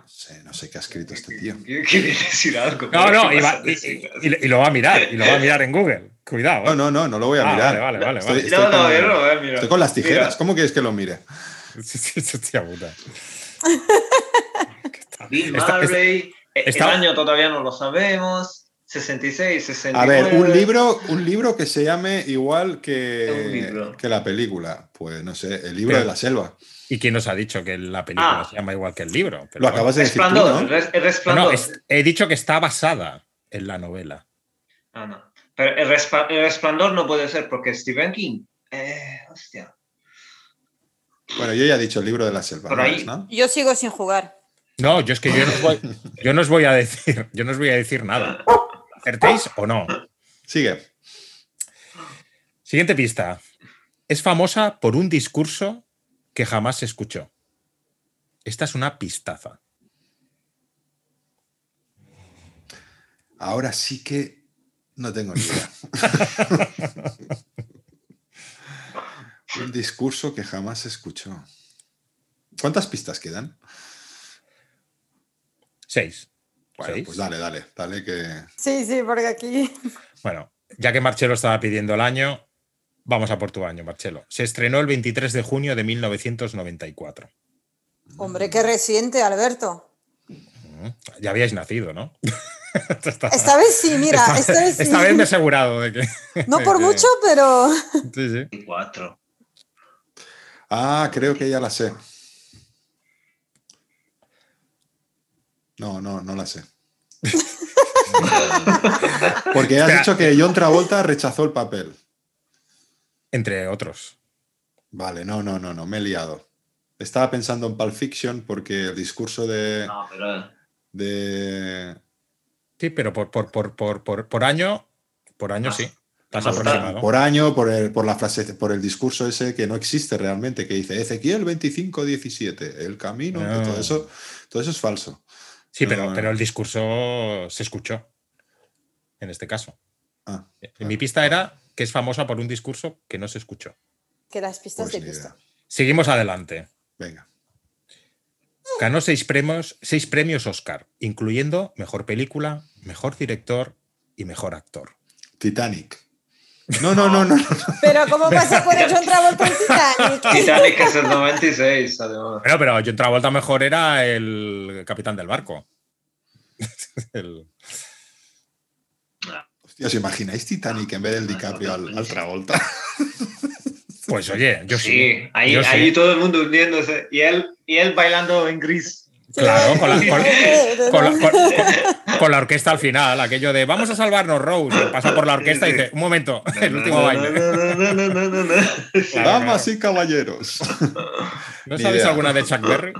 No sé, no sé qué ha escrito este tío.
Quiere quiere decir algo.
No,
pero
no,
¿qué
y,
vas
va-
a
y-
decir?
y- y lo va a mirar, y lo va a mirar en Google. Cuidado.
No,
¿eh?
no, no, no lo voy a
Ah,
mirar.
vale, vale, vale,
Estoy-
vale.
estoy
No, no,
con-
yo no lo voy a mirar.
Estoy con las tijeras.
Mira.
¿Cómo quieres que lo mire?
Hostia puta.
Bill
Está-
Murray, eh,
está-
el año todavía no lo sabemos, 66,
A
69.
ver, un libro, un libro que se llame igual
Un
que,
libro.
que la película. Pues no sé, el libro
Pero-
de la selva.
¿Y quién nos ha dicho que la película
Ah.
se llama igual que el libro? Pero
Lo
bueno.
acabas de decir tú,
Resplandor, ¿eh?
¿no?
res- el
No,
resplandor.
no, es- he dicho que está basada en la novela.
Ah, no. Pero el, respa- el resplandor no puede ser porque Stephen King. Eh, hostia.
Bueno, yo ya he dicho el libro de la selva.
Por
¿no
ahí.
ves, no?
Yo sigo sin jugar.
No, yo es que yo no os voy, yo no os voy a decir, yo no os voy a decir nada. ¿Acertéis o no?
Sigue.
Siguiente pista. Es famosa por un discurso que jamás se escuchó. Esta es una pistaza.
Ahora sí que no tengo ni idea. Un discurso que jamás se escuchó. ¿Cuántas pistas quedan?
Seis.
Bueno,
¿Seis?
pues dale, dale, dale que.
Sí, sí, porque aquí.
Bueno, ya que Marcelo estaba pidiendo el año, vamos a por tu año, Marcelo. Se estrenó el 23 de junio de 1994.
Hombre, qué reciente, Alberto.
Ya habíais nacido, ¿no? Esto está-
Esta vez sí, mira, esta, vez sí.
esta vez me he asegurado de que.
No por mucho, pero.
Sí, sí.
Cuatro.
Ah, creo que ya la sé. No, no, no la sé. Porque has
Espera.
dicho que John Travolta rechazó el papel.
Entre otros.
Vale, no, no, no, no, me he liado. Estaba pensando en Pulp Fiction porque el discurso de,
No, pero.
de-
Sí, pero por, por, por, por, por, por año, por año
Ah,
sí. Estás
bastante.
aproximado.
por año, por, el, por la frase, por el discurso ese que no existe realmente, que dice Ezequiel 25-17, el camino,
No.
todo eso, todo eso es falso.
Sí,
No,
pero,
no.
pero el discurso se escuchó. En este caso.
Ah,
Mi pista era que es famosa por un discurso que no se escuchó.
Que las pistas
pues
de
ni
pista.
idea.
Seguimos adelante.
Venga.
Ganó seis premios, seis premios Oscar, incluyendo mejor película, mejor director y mejor actor.
Titanic. No, no, no, no. no.
Pero ¿cómo pasa por John Travolta en Titanic?
Titanic es el 96, además.
Bueno, pero John Travolta mejor era el capitán del barco. El-
Hostia, ¿os imagináis Titanic en vez
Ah,
del DiCaprio al, al Travolta?
pues oye, yo sí.
Sí, ahí,
yo sí.
ahí todo el mundo hundiéndose. Y él, y él bailando en gris.
Claro, con la, con-
Sí.
con la- con- con- con la orquesta al final, aquello de vamos a salvarnos, Rose. y Pasa por la orquesta y dice, un momento, el último baile. Claro,
Damas y caballeros.
¿No
Ni
sabéis
idea.
alguna de Chuck Berry?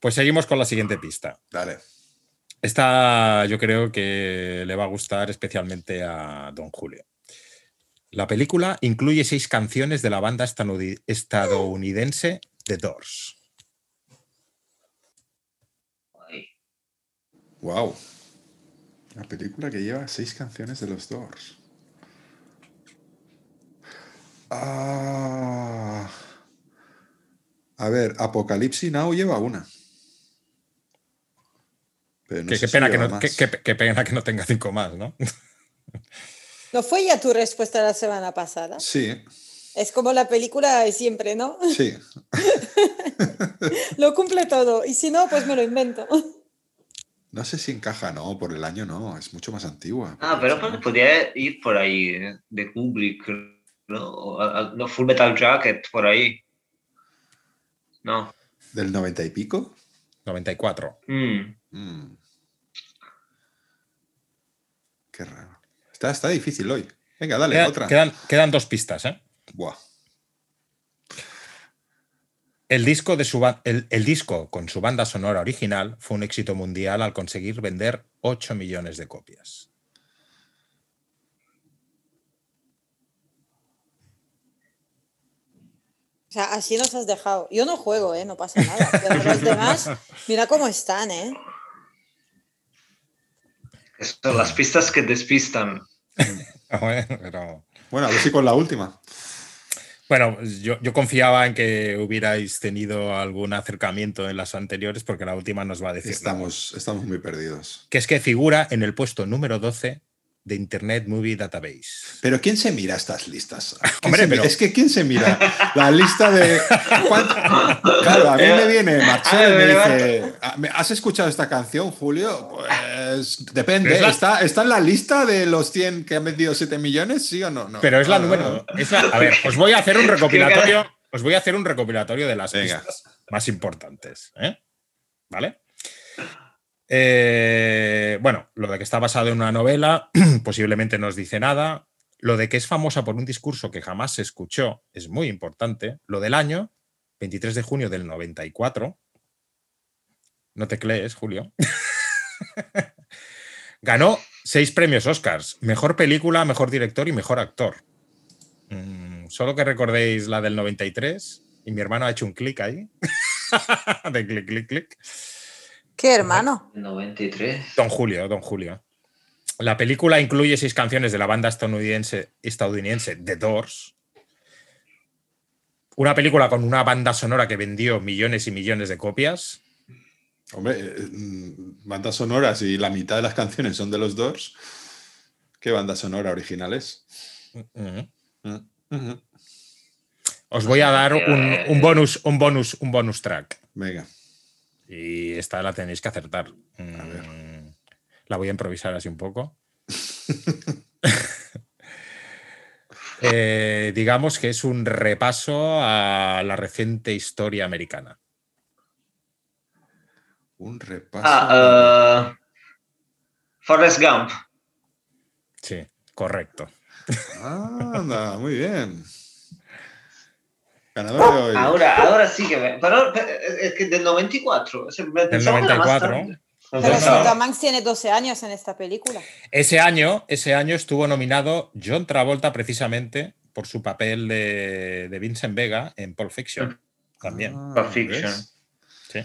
Pues seguimos con la siguiente pista.
Dale.
Esta yo creo que le va a gustar especialmente a Don Julio. La película incluye seis canciones de la banda estanudi- estadounidense The Doors.
Wow. Una película que lleva seis canciones de los Doors. Ah. A ver, Apocalipsis Now lleva una. Pero no
Que-
sé
qué,
si
pena que
lleva
no,
más.
que- que- que pena que no tenga cinco más, ¿no?
¿No fue ya tu respuesta la semana pasada?
Sí,
Es como la película de siempre, ¿no?
sí.
Lo cumple todo. Y si no, pues me lo invento.
No sé si encaja, no, por el año no, es mucho más antigua.
Ah, pero pues, podía ir por ahí, eh, de Kubrick, ¿no? O a- a- no, Full Metal Jacket, por ahí. No.
¿Del noventa y pico?
94.
Mm.
Mm. Qué raro. Está, está difícil hoy. Venga, dale,
Queda-
otra.
quedan, quedan dos pistas. ¿eh?
Buah.
El, disco de su ba- el- el disco con su banda sonora original fue un éxito mundial al conseguir vender 8 millones de copias.
O sea, así nos has dejado. Yo no juego, ¿eh? No pasa nada. Pero los demás, mira cómo están, ¿eh?
Son
Ah.
las pistas que despistan.
Pero-
Bueno, a ver si con la última.
Pues Bueno, yo, yo confiaba en que hubierais tenido algún acercamiento en las anteriores, porque la última nos va a decir.
Estamos, estamos muy perdidos.
Que es que figura en el puesto número 12 de Internet Movie Database.
Pero ¿quién se mira estas listas? ¿Quién
Hombre,
se mira?
pero-
Es que ¿quién se mira? La lista de... ¿Cuánto? Claro, a mí
Eh,
me viene Marcelo y me dice, "Ah, ¿me- ¿has escuchado esta canción, Julio? Pues depende.
Es la-
¿Está, ¿Está en la lista de los 100 que han vendido 7 millones? ¿Sí o no? No.
Pero es la
Ah,
número. es la- a ver, os voy a hacer un recopilatorio. Os voy a hacer un recopilatorio de las
Venga.
pistas más importantes. ¿eh? ¿Vale? Eh, bueno, lo de que está basado en una novela posiblemente no os dice nada. Lo de que es famosa por un discurso que jamás se escuchó es muy importante. Lo del año, 23 de junio del 94. No te crees, Julio. Ganó Seis premios Oscars. Mejor película, mejor director y mejor actor. Mm, solo que recordéis la del 93 y mi hermano ha hecho un clic ahí. Ah, de clic, clic, clic.
Qué hermano.
93.
Don Julio, Don Julio. La película incluye seis canciones de la banda estadounidense, estadounidense The Doors. Una película con una banda sonora que vendió millones y millones de copias.
Hombre, eh, mm, bandas sonoras y la mitad de las canciones son de los Doors. ¿Qué banda sonora originales?
Mm.
Mm, ujú.
Os voy a dar un, un bonus, un bonus, un bonus track.
Venga.
Y esta la tenéis que acertar. Mm, La voy a improvisar así un poco. Eh, digamos que es un repaso a la reciente historia americana.
Un repaso.
Ah, eh, Forrest Gump.
Sí, correcto.
eh.
Anda, muy bien. Ganador de hoy.
Ahora, ahora sí que me. Pero eh, es que del 94. o sea, me
Del
pensaba que era más
94.
tarde.
Pero si
Pensaba.
Tom Hanks tiene 12 años en esta película.
Ese año, ese año estuvo nominado John Travolta precisamente por su papel de, de Vincent Vega en Pulp Fiction. También.
Ah,
Pulp Fiction.
¿ves?
Sí.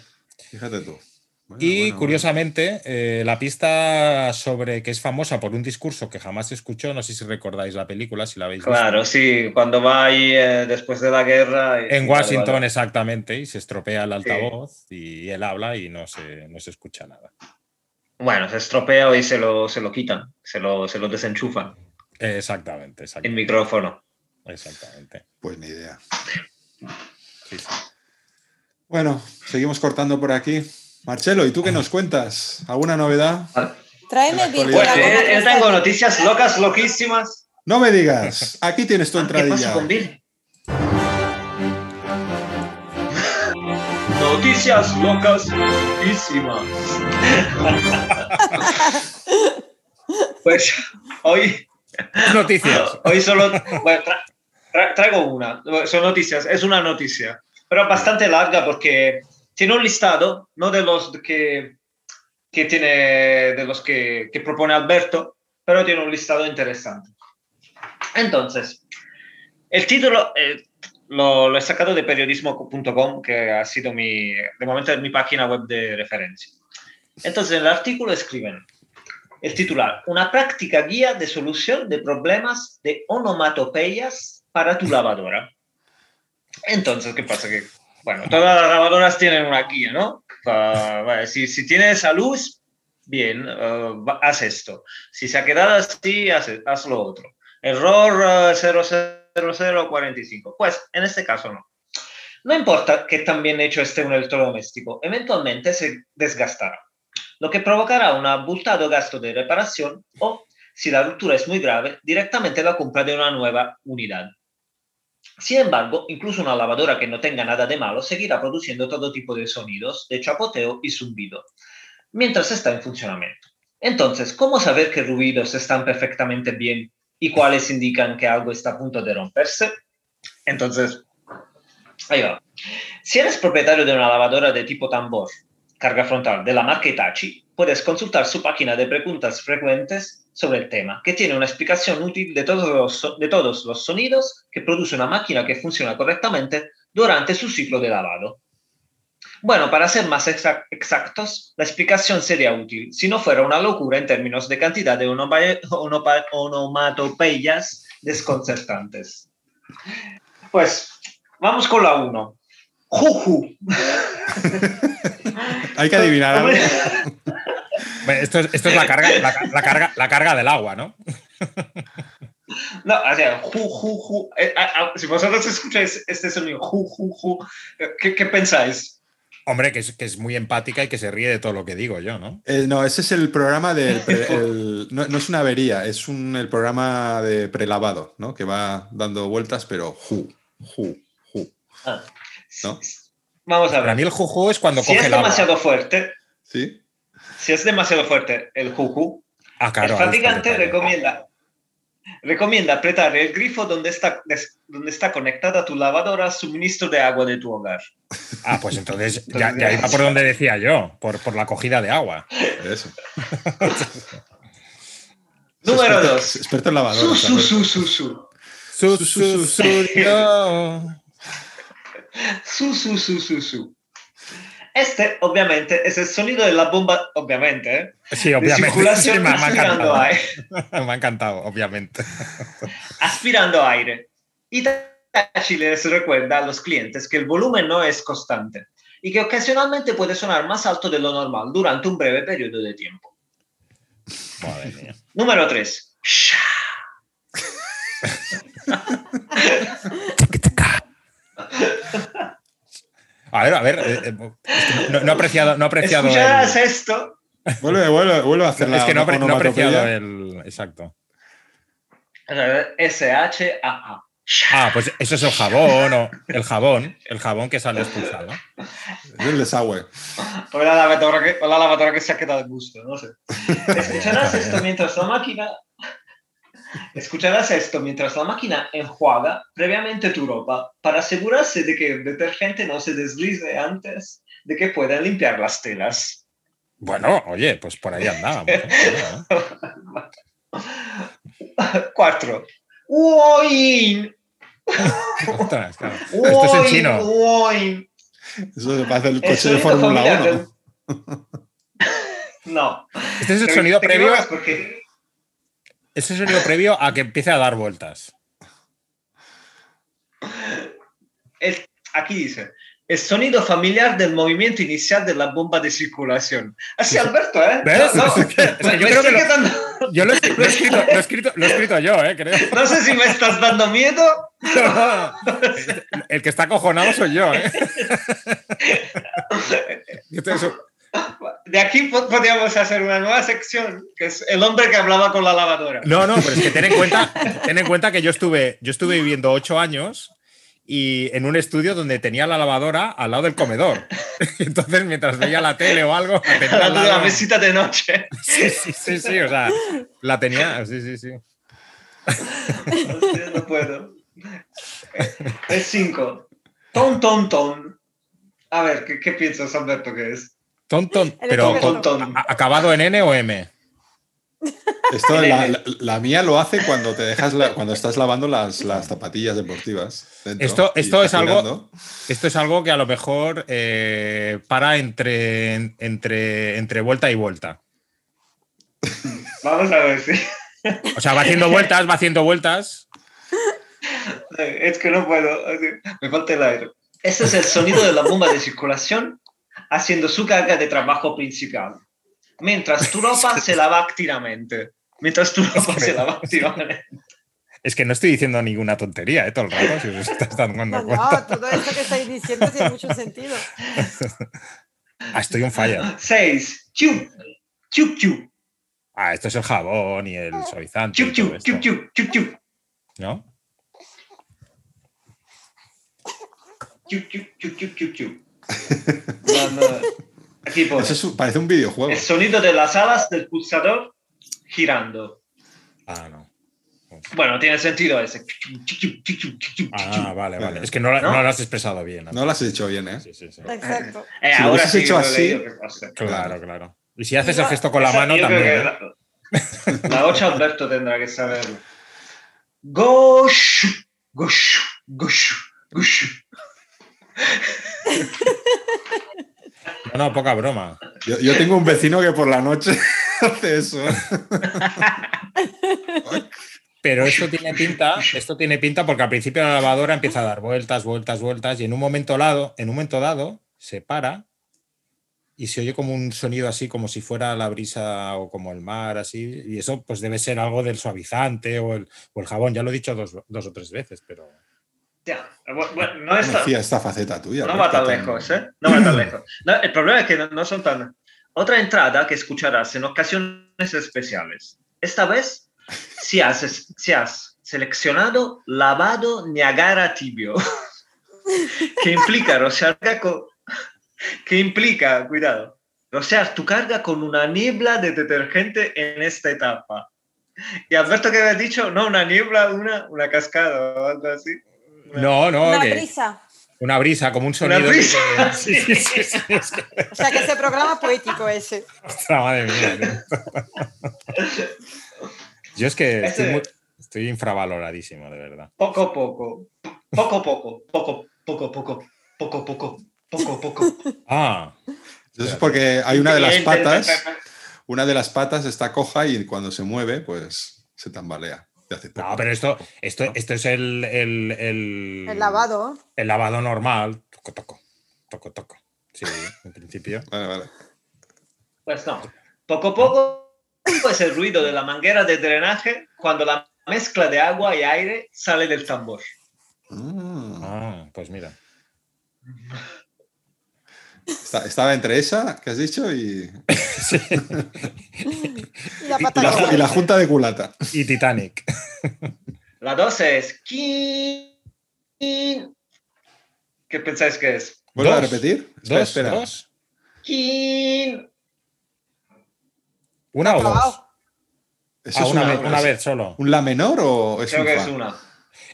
Fíjate tú. Bueno,
Y
bueno,
curiosamente, eh, la pista sobre que es famosa por un discurso que jamás se escuchó, no sé si recordáis la película, si la habéis visto.
Claro, sí, cuando va ahí eh, después de la guerra. y-
En
vale,
Washington,
vale.
exactamente, y se estropea el altavoz y él habla y no se, no se escucha nada.
Bueno, se estropea y se lo, se lo quitan, se lo, se lo desenchufan
Eh, Exactamente,
el
exactamente.
micrófono.
exactamente.
bueno. Pues ni idea.
Sí, sí.
Bueno, seguimos cortando por aquí. Marcelo, ¿y tú qué nos cuentas? ¿Alguna novedad?
Tráeme
En la
Big
actualidad.
Pues
Mira,
Dragon otra
eh, yo tengo
vez.
noticias locas, loquísimas.
No me digas. Aquí tienes tu
Ah, ¿Qué pasa
entradilla.
con Bill? Noticias locas, loquísimas. pues hoy,
Noticias.
hoy solo bueno, tra- tra- traigo una. Son noticias, es una noticia, pero bastante larga porque tiene un listado, no de los que, que tiene, de los que, que propone Alberto, pero tiene un listado interesante. Entonces, el título eh, lo, lo he sacado de periodismo.com, que ha sido mi, de momento es mi página web de referencia. Entonces, en el artículo escriben el titular, una práctica guía de solución de problemas de onomatopeyas para tu lavadora. Entonces, ¿qué pasa? Que, bueno, todas las lavadoras tienen una guía, ¿no? Pa- bueno, si, si tienes a luz, bien, eh, va- haz esto. Si se ha quedado así, haz, haz lo otro. Error eh, 00045. Pues en este caso no. No importa que también hecho esté un electrodoméstico, eventualmente se desgastará, lo que provocará un abultado gasto de reparación o, si la ruptura es muy grave, directamente la compra de una nueva unidad. Sin embargo, incluso una lavadora que no tenga nada de malo seguirá produciendo todo tipo de sonidos, de chapoteo y zumbido, mientras está en funcionamiento. Entonces, ¿cómo saber qué ruidos están perfectamente bien y cuáles indican que algo está a punto de romperse? Entonces, ahí va. Si eres propietario de una lavadora de tipo tambor, carga frontal de la marca Itachi, puedes consultar su página de preguntas frecuentes sobre el tema, que tiene una explicación útil de todos los, so- de todos los sonidos que produce una máquina que funciona correctamente durante su ciclo de lavado. Bueno, para ser más exa- exactos, la explicación sería útil si no fuera una locura en términos de cantidad de onoma- onoma- onomatopeyas desconcertantes. Pues vamos con la 1. Juju.
Hay que adivinar algo.
Hombre.
Bueno, esto, es, esto es la carga, la, ca- la carga, la carga del agua, ¿no?
No, o sea, ju, ju, ju. Eh, ah, ah, si vosotros escucháis este sonido, ju, ju, ju, eh, ¿qué, qué pensáis?
Hombre, que es, que es muy empática y que se ríe de todo lo que digo yo, ¿no?
Eh, no, ese es el programa del. pre- el- no, no es una avería, es un, el programa de prelavado, ¿no? Que va dando vueltas, pero ju, ju, ju.
Ah,
No.
Vamos a
Para mí
ver.
el juju es cuando
Si
coge
es
el agua.
demasiado fuerte,
¿Sí?
si es demasiado fuerte el ju, ju,
Ah, claro, ahí
el
está
fabricante
detalle.
recomienda, recomienda apretar el grifo donde está, des- donde está conectada tu lavadora al suministro de agua de tu hogar.
Ah, pues entonces ya, ya iba por donde decía yo, por, por la cogida de agua.
Eso.
Número
Experto-
2.
Experto en
Su,
lavadora.
su, su, su, su.
Su- su- su- no.
Su, su, su, su, su. Este, obviamente, es el sonido de la bomba, obviamente, ¿eh?
Sí,
de
obviamente. Sí,
circulación
me, me ha
aspirando
encantado.
aire,
Me ha encantado, obviamente.
aspirando aire. Y Hitachi les recuerda a los clientes que el volumen no es constante y que ocasionalmente puede sonar más alto de lo normal durante un breve periodo de tiempo.
Madre mía.
Número 3.
A ver, a ver. eh, eh, es que no, no he apreciado. No he apreciado
Escucharás
el-
esto
Vuelve, vuelve, vuelve a hacer la
es que no, he apre- no he apreciado eh.
onomatopeya.
el. Exacto.
S-H-A-A.
Ah, pues eso es el jabón o el jabón. El jabón que sale expulsado.
Es el desagüe.
O la lavadora que, o la lavadora que se ha quedado al gusto, no sé. Escucharás esto mientras la máquina. Escucharás esto mientras la máquina enjuaga previamente tu ropa para asegurarse de que el detergente no se deslice antes de que pueda limpiar las telas.
Bueno, oye, pues por ahí andábamos. ¿eh?
Cuatro. Uoin.
Ostras, claro. Esto es en
Uoin,
chino.
uoin.
Eso se parece el
El
coche de
sonido
Fórmula
familiar
1.
del- No.
Este es el sonido
Te
previo.
equivocas porque-
Este es el sonido previo a que empiece a dar vueltas.
El- aquí dice, el sonido familiar del movimiento inicial de la bomba de circulación. Así, Alberto, ¿eh?
¿Ves?
No, no,
O sea,
me-
yo creo
me
que
estoy
lo-
quedando-
Yo lo he, lo he escrito, lo he escrito, lo he escrito yo, ¿eh? Creo.
no sé si me estás dando miedo.
El que está acojonado soy yo, ¿eh? Esto es-
De aquí po- podríamos hacer una nueva sección, que es el hombre que hablaba con la lavadora.
No, no, pero es que ten en cuenta, ten en cuenta que yo estuve, yo estuve viviendo ocho años y en un estudio donde tenía la lavadora al lado del comedor. Entonces, mientras veía la tele o algo, la tenía al
Hablando de la
lado.
mesita de noche.
Sí, sí, sí, sí, o sea, la tenía, sí, sí, sí.
Hostia, no puedo. El 5. Ton, ton, ton. A ver, ¿qué, qué piensas, Alberto, que es?
Tonton,
El
pero
comedor.
con-
Ton, ton.
a- acabado en N o M.
Esto la, la- la mía lo hace cuando te dejas la- cuando estás lavando las, las zapatillas deportivas. dentro
Esto-
y
esto es
estás
algo-
girando.
Esto es algo que a lo mejor eh, para entre, entre, entre vuelta y vuelta.
Vamos a ver si.
O sea, va haciendo vueltas, va haciendo vueltas.
Eh, Es que no puedo, me falta el aire. Ese es el sonido de la bomba de circulación haciendo su carga de trabajo principal. Mientras tu ropa se lava activamente. Mientras tu ropa se lava activamente.
Es que no estoy diciendo ninguna tontería, ¿eh? Todo el rato, si os estás dando
No, no,
cuenta.
todo esto que estáis diciendo tiene mucho sentido.
Ah, estoy un fire.
6. Chup, chup, chup,
Ah, esto es el jabón y el suavizante.
chup,
y todo
chup,
esto,
chup, chup, chup, chup,
¿No?
chup, chup, chup, chup, chup, chup. No, no. Aquí pone,
Eso es un- parece un videojuego.
El sonido de las alas del pulsador girando.
Ah, no.
Bueno, tiene sentido ese. Chup, chup, chup, chup, chup, chup,
Ah,
chup.
vale, vale. Es que no, la-
¿No?
no lo has expresado bien.
No lo has hecho bien, ¿eh?
Sí, sí, sí.
Exacto.
Eh,
Si lo
ahora
hubieses
sí
hecho
lo he
así-
leído, qué pasa.
Claro, claro. Y si haces el
Esa-
gesto con la
esa
mano
yo creo
también.
que
¿eh?
La, la ocho Alberto tendrá que saberlo. Gosh, gosh, gosh, gosh.
No, no, poca broma.
Yo, yo tengo un vecino que por la noche hace eso.
Pero esto tiene pinta, esto tiene pinta porque al principio la lavadora empieza a dar vueltas, vueltas, vueltas y en un momento dado, en un momento dado se para y se oye como un sonido así como si fuera la brisa o como el mar así y eso pues debe ser algo del suavizante o el, o el jabón, ya lo he dicho dos, dos o tres veces, pero
Ya, bu- bueno, no,
No
está,
hacía esta faceta tuya.
no
Berta,
va tan
tan-
lejos, ¿eh? No va tan lejos. No, el problema es que no, no son tan... Otra entrada que escucharás en ocasiones especiales. Esta vez, si has, si has seleccionado lavado Niagara tibio, que implica rociar con... que implica, cuidado, rociar tu carga con una niebla de detergente en esta etapa. Y Alberto, que había dicho? No, una niebla, una, una cascada o algo así.
no, no,
Una
que-
brisa.
una brisa, como un sonido.
brisa,
que- Sí, sí, sí, sí, es que-
O sea, que ese programa poético ese.
ostras, madre mía. tío. Yo es que
Este-
estoy, muy- estoy infravaloradísimo, de verdad.
Poco a poco, poco a poco, poco, poco, poco, poco, a poco, poco, a poco.
Ah,
Entonces, porque hay una de las
Bien, bien, bien,
patas,
bien,
una de las patas está coja y cuando se mueve, pues se tambalea. Y hace
no,
poco.
pero esto, esto, esto es el, el, el-
El lavado.
El lavado normal. Toco, toco. Toco, toco. Sí, en principio.
Vale, vale.
Pues no, poco a poco es el ruido de la manguera de drenaje cuando la mezcla de agua y aire sale del tambor.
Mm.
Ah, pues mira.
Está- estaba entre esa que has dicho y,
Sí.
Y la
y
pata
la,
de
ju- y la junta de culata.
Y Titanic.
La 12 es... kin, kin. ¿Qué pensáis que es?
¿Vuelvo a
Dos.
repetir? Espera,
Dos,
espera.
dos.
Kin.
Una o dos.
Acabado.
¿Eso
Ah,
es
una,
una-
vez, una vez solo.
¿Un la menor o es
Creo
un
que
fa?
es una.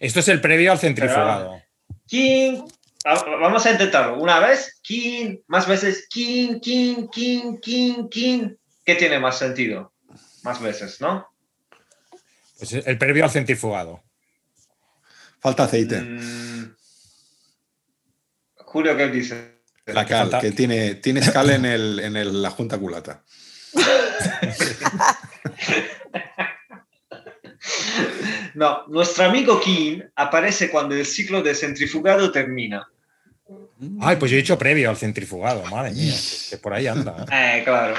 Esto es el previo al centrifugado.
King. Vamos a intentarlo. Una vez, King. Más veces, King, King, King, King, King. ¿Qué tiene más sentido? Más veces, ¿no?
Pues el previo al centrifugado.
Falta aceite.
Mm. Julio, ¿qué dice?
la cal,
falta-
que tiene, tienes cal en, el, en el- la junta culata.
No, nuestro amigo King aparece cuando el ciclo de centrifugado termina.
Ay, pues yo he dicho previo al centrifugado. Madre mía, que- que por ahí
Pues
anda.
Eh, claro.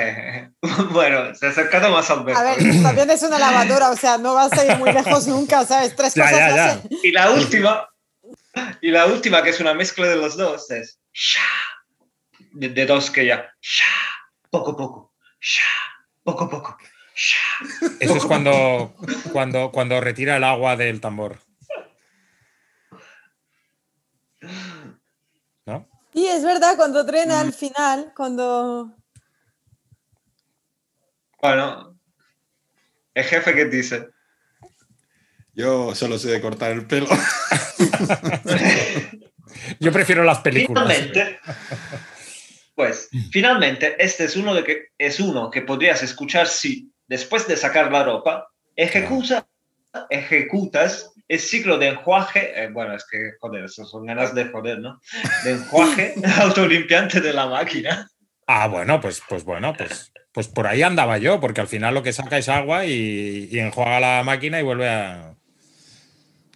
bueno, se ha acercado más al
A ver,
Alberto.
también es una lavadora, o sea, no vas a ir muy lejos nunca, ¿sabes? Tres
Ya,
cosas
ya,
no
ya.
sé.
Y la última, y la última que es una mezcla de los dos es sha, de, de dos que ya, sha, poco a poco, sha, poco a poco, sha.
Eso es cuando, cuando, cuando retira el agua del tambor. ¿No?
Y es verdad, cuando drena
Mm.
al final, cuando...
Bueno, el jefe que dice,
Yo solo sé de cortar el pelo.
Yo prefiero las películas.
finalmente, pues, finalmente, este es uno, de que, es uno que podrías escuchar si, después de sacar la ropa, ejecuta, ejecutas el ciclo de enjuaje, eh, bueno, es que, joder, eso son ganas de joder, ¿no? De enjuaje autolimpiante de la máquina.
Ah, bueno, pues, pues bueno, pues, pues por ahí andaba yo, porque al final lo que saca es agua y, y enjuaga la máquina y vuelve a.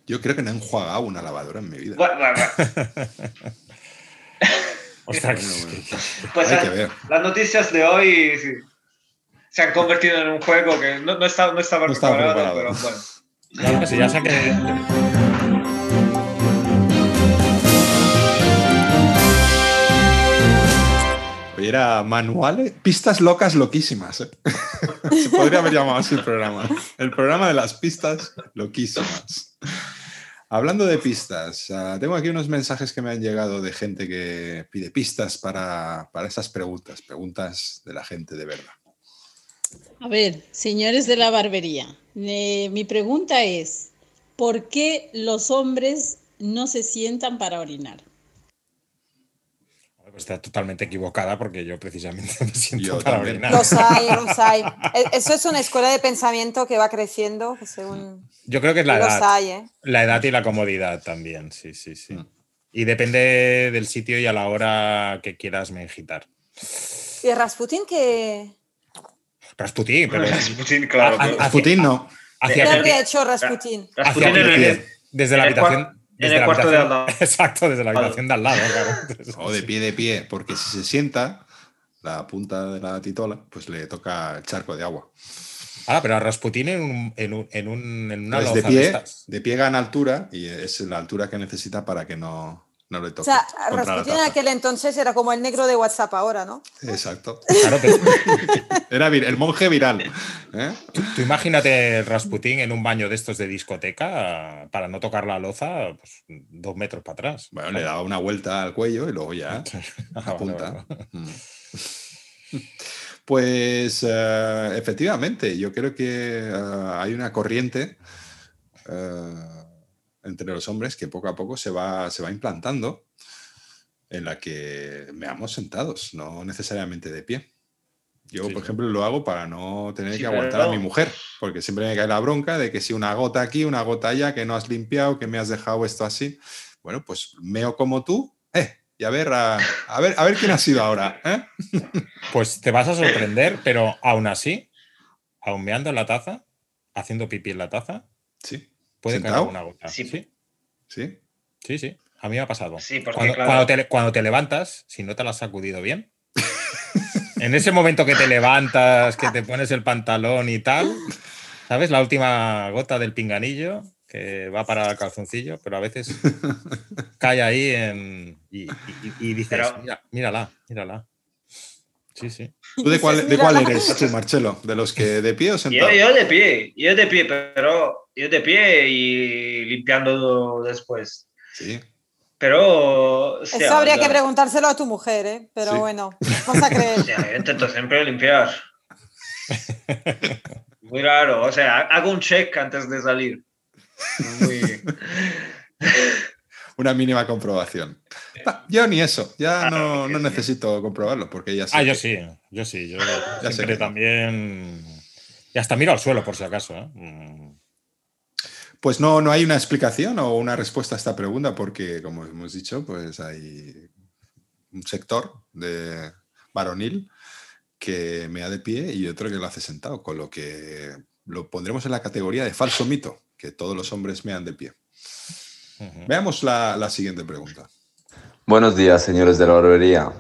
Yo creo que no he enjuagado una lavadora en mi vida.
Bueno, bueno, bueno,
Ostras,
Bueno,
que-
bueno.
pues
Hay que
la-
ver.
las noticias de hoy sí, se han convertido en un juego que no, no estaba, no estaba
No estaba
preparado,
preparado.
pero bueno.
Claro, si ya saqué.
Oye, era manuales, pistas locas loquísimas. ¿eh? Se podría haber llamado así el programa. El programa de las pistas loquísimas. Hablando de pistas, ah, tengo aquí unos mensajes que me han llegado de gente que pide pistas para, para esas preguntas, preguntas de la gente de verdad.
A ver, señores de la barbería, eh, mi pregunta es, ¿por qué los hombres no se sientan para orinar?
pues Está totalmente equivocada porque yo precisamente me siento
Yo
para
también.
orinar.
Los hay, los hay. E- Eso es una escuela de pensamiento que va creciendo, que según...
Yo creo que es la
los
edad.
hay, ¿eh?
La edad y la comodidad también, sí, sí, sí.
Mm.
Y depende del sitio y a la hora que quieras mengitar.
Y Rasputin que...
Rasputín, pero
Rasputin, claro.
Ah,
claro.
ah,
Putin no.
¿Qué
hacia,
Pero-
habría hecho Rasputin?
hacia
Rasputin en el-
pie, desde la
en el cuar-
habitación.
en
desde
el
la
cuarto de al
habitación-
lado.
Exacto, desde la habitación de al lado. claro.
O de pie de pie, porque si se sienta la punta de la titola, pues le toca el charco de agua.
Ah, pero a Rasputín en, un- en, un- en, un- en una
Pues de
loza de
pie,
estas.
de pie gana altura y es la altura que necesita para que no, no le toque.
O sea,
contra la
Rasputin en
taza.
aquel entonces era como el negro de WhatsApp ahora, ¿no?
Exacto.
Claro, pero
Era vir- el monje viral. ¿eh?
tú imagínate el Rasputín en un baño de estos de discoteca para no tocar la loza pues, dos metros para atrás.
Bueno, le daba una vuelta al cuello y luego ya
Ah, vale, vale.
apunta. Mm. Pues eh, efectivamente, yo creo que eh, hay una corriente eh, entre los hombres que poco a poco se va, se va implantando en la que veamos sentados, no necesariamente de pie. Yo,
Sí,
por
sí.
ejemplo, lo hago para no tener
Sí,
que
pero
aguantar a
no.
mi mujer, porque siempre me cae la bronca de que si una gota aquí, una gota allá, que no has limpiado, que me has dejado esto así. Bueno, pues meo como tú, eh, y a ver, a, a ver, a ver quién ha sido ahora. ¿eh?
Pues te vas a sorprender, pero aún así, aún meando en la taza, haciendo pipí en la taza,
Sí,
puede caer
¿Sentado?
una gota.
Sí.
Sí,
sí.
sí, sí. A mí me ha pasado.
Sí, porque
cuando,
claro.
cuando te, cuando te levantas, si no te la has sacudido bien, en ese momento que te levantas, que te pones el pantalón y tal, ¿sabes? La última gota del pinganillo que va para el calzoncillo, pero a veces cae ahí en- y, y- y- y dices,
Pero-
"Mira, mírala, mírala. Sí, sí.
¿Tú de cuál, de
Mira.
cuál eres tú, Marcelo? ¿De los que de pie o
Yo,
sentado?
yo de pie, yo de pie, pero yo de pie y limpiando después.
Sí.
Pero. o
Eso
sea,
habría
la-
que preguntárselo a tu mujer, ¿eh? Pero
Sí.
bueno, vamos a
o
creer.
sea, yo intento siempre limpiar. Muy raro, o sea, hago un check antes de salir. Muy-
Una mínima comprobación. Ta, Yo ni eso, ya no, no necesito comprobarlo, porque ya sé.
Ah, yo
que-
sí, yo sí. Yo
sé
siempre
que no.
también. Y hasta miro al suelo, por si acaso. ¿eh? Mm,
Pues no, no hay una explicación o una respuesta a esta pregunta, porque, como hemos dicho, pues hay un sector de varonil que mea de pie y otro que lo hace sentado, con lo que lo pondremos en la categoría de falso mito, que todos los hombres mean de pie.
ujú.
Veamos la, la siguiente pregunta.
Buenos días, señores de la barbería.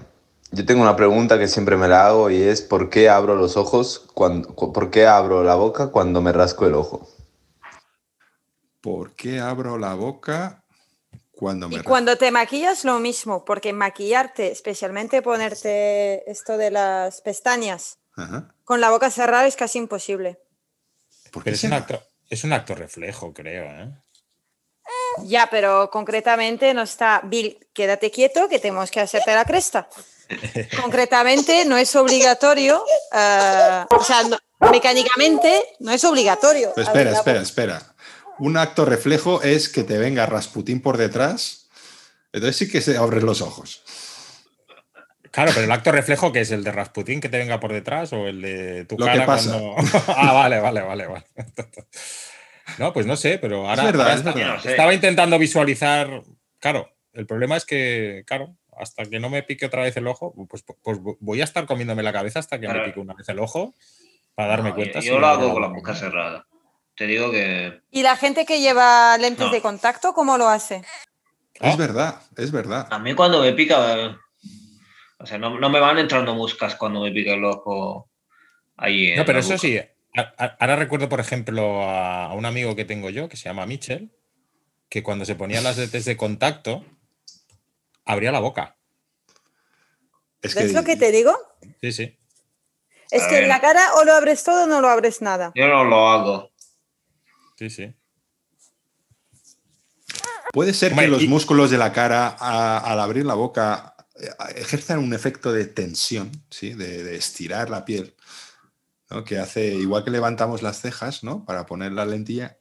Yo tengo una pregunta que siempre me la hago y es ¿por qué abro los ojos cuando cu- por qué abro la boca cuando me rasco el ojo?
¿Por qué abro la boca cuando me
Y
rasco?
cuando te maquillas, lo mismo, porque maquillarte, especialmente ponerte esto de las pestañas
Ajá.
con la boca cerrada, es casi imposible.
¿Por qué
Pero es
se
un,
ma-
acto, es un acto reflejo, creo. ¿eh?
Ya, pero concretamente no está, Bill, quédate quieto que tenemos que hacerte la cresta. Concretamente no es obligatorio, eh, o sea, no- mecánicamente no es obligatorio.
Pero
abrir
Pues espera,
la
espera,
boca.
espera. Un acto reflejo es que te venga Rasputín por detrás. Entonces sí que se abres los ojos.
Claro, pero el acto reflejo que es el de Rasputín que te venga por detrás o el de tu
Lo que
cara
pasa.
cuando. ah, vale, vale, vale, vale. No, pues no sé, pero ahora,
verdad,
ahora
es
esta-
verdad.
No sé.
estaba intentando visualizar. Claro, el problema es que, claro, hasta que no me pique otra vez el ojo, pues, pues voy a estar comiéndome la cabeza hasta que me
Pero-
pique una vez el ojo para darme
No,
cuenta.
Yo, yo
si
lo
me
hago
queda
con la
algo.
boca cerrada. Te digo que.
¿Y la gente que lleva lentes
No.
de contacto, cómo lo hace?
Ah.
Es verdad, es verdad.
A mí cuando me pica. eh, O sea, no, no me van entrando moscas cuando me pica el ojo ahí. en
No, pero
la
eso
boca.
sí. a- a- Ahora recuerdo, por ejemplo, a a un amigo que tengo yo, que se llama Mitchell, que cuando se ponía las lentes de contacto, abría la boca.
Es
¿Ves lo que te digo?
Sí, sí.
Es
A
que en
ver.
la cara o lo abres todo o no lo abres nada.
Yo no lo hago.
Sí, sí.
Puede ser que
Hombre,
los
y-
músculos de la cara a- al abrir la boca eh, ejerzan un efecto de tensión, ¿sí? de, de estirar la piel, ¿no? que hace igual que levantamos las cejas ¿no? para poner la lentilla.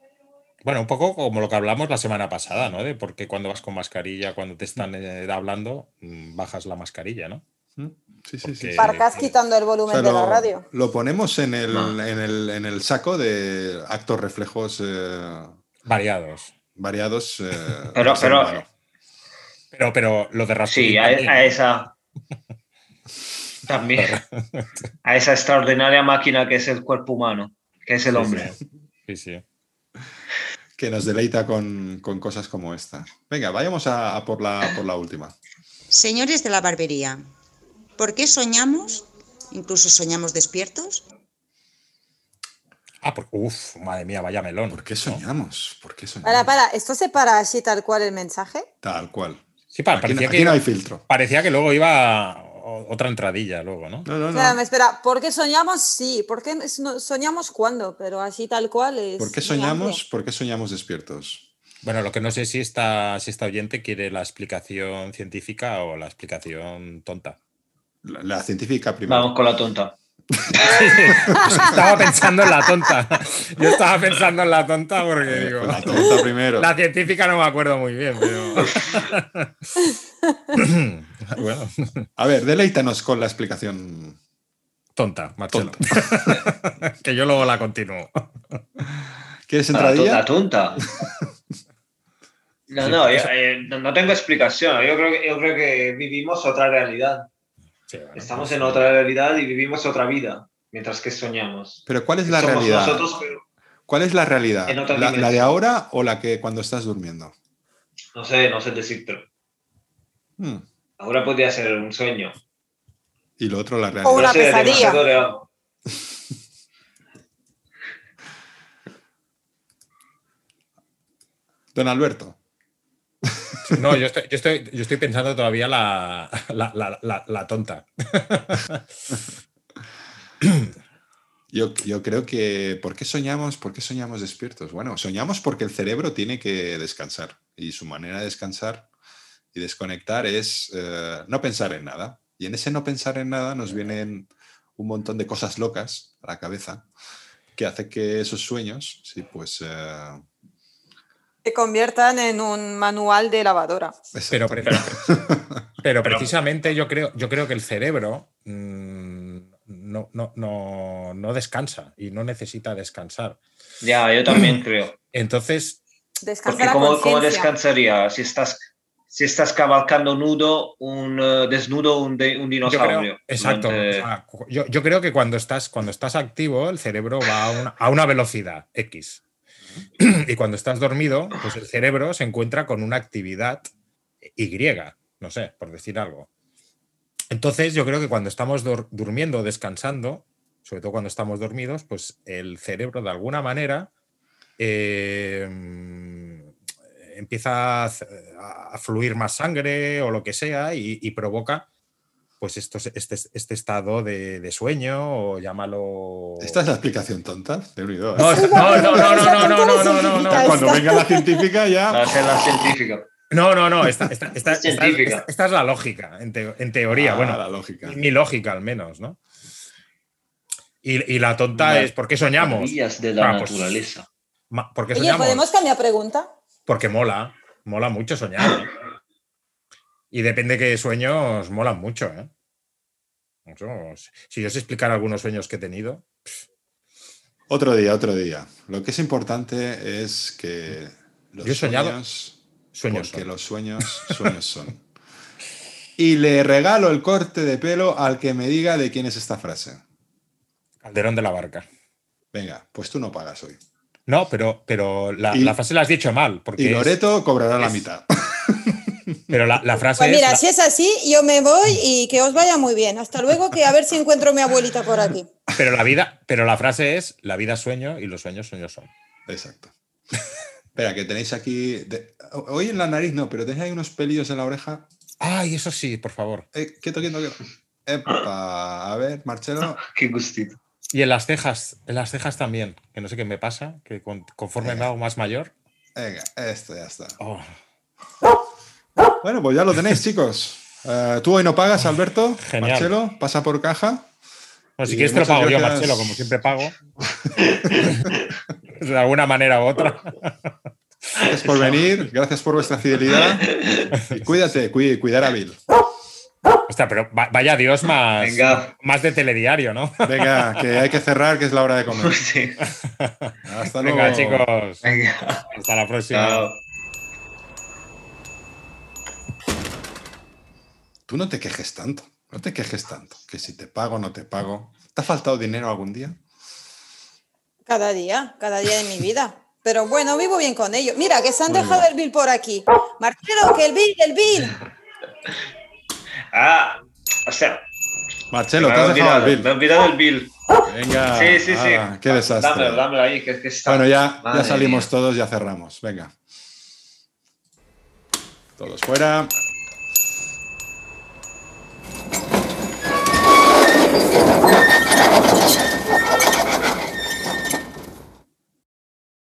Bueno, un poco como lo que hablamos la semana pasada, ¿no? De por qué cuando vas con mascarilla, cuando te están eh, hablando, mm, bajas la mascarilla, ¿no?
¿Mm? Sí, sí, sí.
Porque-
sí.
Para-
Parcas quitando el
O
volumen
sea,
de la radio.
lo ponemos en el,
Ah.
en el- en el saco de actos reflejos eh,
Variados.
variados. eh,
Pero-
del ser
pero-
humano.
Pero, pero lo de Rasputin
Sí, a, e-,
también,
a esa. También. A esa extraordinaria máquina que es el cuerpo humano, que es el
Sí,
hombre.
sí. Sí, sí.
que nos deleita con, con cosas como esta. Venga, vayamos a, a por, la, por la última.
Señores de la barbería, ¿por qué soñamos, incluso soñamos despiertos?
Ah, porque, uff, madre mía, vaya melón.
¿Por qué soñamos? ¿por qué soñamos?
Para, para, ¿esto se para así tal cual el mensaje?
Tal cual.
Sí, pa-
Aquí, no-
parecía,
aquí
que,
no hay filtro.
parecía que luego iba o- otra entradilla, luego, ¿no?
No, no,
Espera,
no.
me espera, ¿por qué soñamos? Sí, ¿por qué es- no- soñamos cuándo? Pero así tal cual es.
¿Por qué
muy
soñamos?
amplio.
¿Por qué soñamos despiertos?
Bueno, lo que no sé si esta, si esta oyente quiere la explicación científica o la explicación tonta.
La, la científica
Vamos
primero.
con la tonta.
Pues estaba pensando en la tonta. Yo estaba pensando en la tonta porque digo.
Eh, pues La tonta primero.
La científica no me acuerdo muy bien, pero. bueno,
A ver, deleítanos con la explicación
Tonta, Marcelo. que yo luego la continúo.
¿Quieres
La tu- La
entradilla?
tunta. No, no, yo, eh, no- no tengo explicación. Yo creo, que- yo creo que vivimos otra realidad.
Sí, bueno,
Estamos
pues,
en otra realidad y vivimos otra vida mientras que soñamos.
Pero ¿cuál es la
Somos
realidad?
nosotros, pero
¿Cuál es la realidad?
En otra
¿La, la de
dimensión.
ahora o la que cuando estás durmiendo?
no sé, no sé decirte.
Hmm.
Ahora podría ser un sueño.
Y lo otro, la realidad.
O una
No sé,
pesadilla.
demasiado real.
Don Alberto.
No, yo estoy, yo estoy, yo estoy pensando todavía la, la- la- la- la tonta.
Yo, yo creo que ¿por qué soñamos? ¿Por qué soñamos despiertos? Bueno, soñamos porque el cerebro tiene que descansar y su manera de descansar y desconectar es eh, no pensar en nada. Y en ese no pensar en nada nos vienen un montón de cosas locas a la cabeza que hace que esos sueños, sí, pues... eh,
Te conviertan en un manual de lavadora.
Pero,
exacto.
pero, pero precisamente yo creo, yo creo que el cerebro mm, no, no, no, no descansa y no necesita descansar.
Ya, yo también creo.
Entonces,
Descansar
Porque
la
¿cómo, cómo
conciencia.
descansaría si estás, si estás cabalcando nudo, un eh, desnudo, un, de- un
yo creo,
dinosaurio?
exacto.
Durante-
o sea, cu- yo, yo creo que cuando estás, cuando estás activo, el cerebro va a una, a una velocidad X. Y cuando estás dormido, pues el cerebro se encuentra con una actividad Y, no sé, por decir algo. Entonces, yo creo que cuando estamos dor- durmiendo, descansando, sobre todo cuando estamos dormidos, pues el cerebro de alguna manera eh, empieza a, c- a fluir más sangre o lo que sea y, y provoca pues estos, este, este estado de, de sueño o llámalo...
Esta es la explicación tonta. ¿eh? Me he olvidado.
No, esta- no, no, no, no, no, no, no, no, no.
Cuando venga la científica
Va
ya...
a ser la científica.
No, no, no, esta, esta- esta-
Es
esta-
científica.
esta- esta es la lógica, en, teo- en teoría.
Ah,
bueno,
la lógica.
mi lógica al menos, ¿no? Y, y la tonta
Las
es ¿por qué soñamos?
Maravillas de la
Ah, pues,
naturaleza.
Ma- ¿Por qué
Oye,
soñamos?
¿podemos cambiar pregunta?
Porque mola, mola mucho soñar. ¿eh? Y depende qué sueños molan mucho, ¿eh? Mucho. Si yo os explicara algunos sueños que he tenido,
Otro día, otro día. Lo que es importante es que los
Yo he soñado
sueños,
sueños.
porque
son.
los sueños, sueños son. Y le regalo el corte de pelo al que me diga de quién es esta frase.
Calderón de la barca.
Venga, pues tú no pagas hoy.
No, pero, pero la,
Y-
la frase la has dicho mal. Porque
Y
es-
Loreto cobrará la
es-
mitad.
pero la, la frase
Pues
es
mira,
la-
si es así, yo me voy y que os vaya muy bien. Hasta luego, que a ver si encuentro a mi abuelita por aquí.
pero la vida, pero la frase es la vida es sueño y los sueños sueños son.
Exacto. Espera, que tenéis aquí. de- Hoy en la nariz no, pero tenéis ahí unos pelillos en la oreja.
Ay, eso sí, por favor.
Eh, quieto, quieto, quieto. Epa, a ver, Marcelo.
Qué gustito.
Y en las cejas, en las cejas también, que no sé qué me pasa, que con-
Eh.
conforme me hago más mayor.
Venga, esto ya está.
oh,
Bueno, pues ya lo tenéis, chicos. Eh, Tú hoy no pagas, Alberto.
Genial.
Marcelo, pasa por caja.
Bueno, si
Y
quieres te lo
muchas
pago yo,
gracias.
Marcelo, como siempre pago. de alguna manera u otra.
Gracias por venir, gracias por vuestra fidelidad. Y cuídate, cuide, cuidar a Bill.
Hostia, pero va- vaya Dios más,
Venga.
más de telediario, ¿no?
Venga, que hay que cerrar, que es la hora de comer.
Sí.
Hasta luego.
Venga, chicos.
Venga.
Hasta la próxima.
Chao.
Tú no te quejes tanto, no te quejes tanto. Que si te pago, no te pago. ¿Te ha faltado dinero algún día?
Cada día, cada día de mi vida. Pero bueno, vivo bien con ellos. Mira, que se han
Muy
dejado
bien.
el bill por aquí. Marcelo, que el bill, el bill.
Ah, o sea,
Marcelo,
me
te
he
has dejado al
olvidado, me he
Bill.
olvidado el bill.
Venga.
Sí, sí, sí.
ala, Qué desastre.
Dámelo, dámelo ahí, que, que está.
Bueno, ya, ya
Madre
salimos
mía.
todos, ya cerramos. Venga. Todos fuera.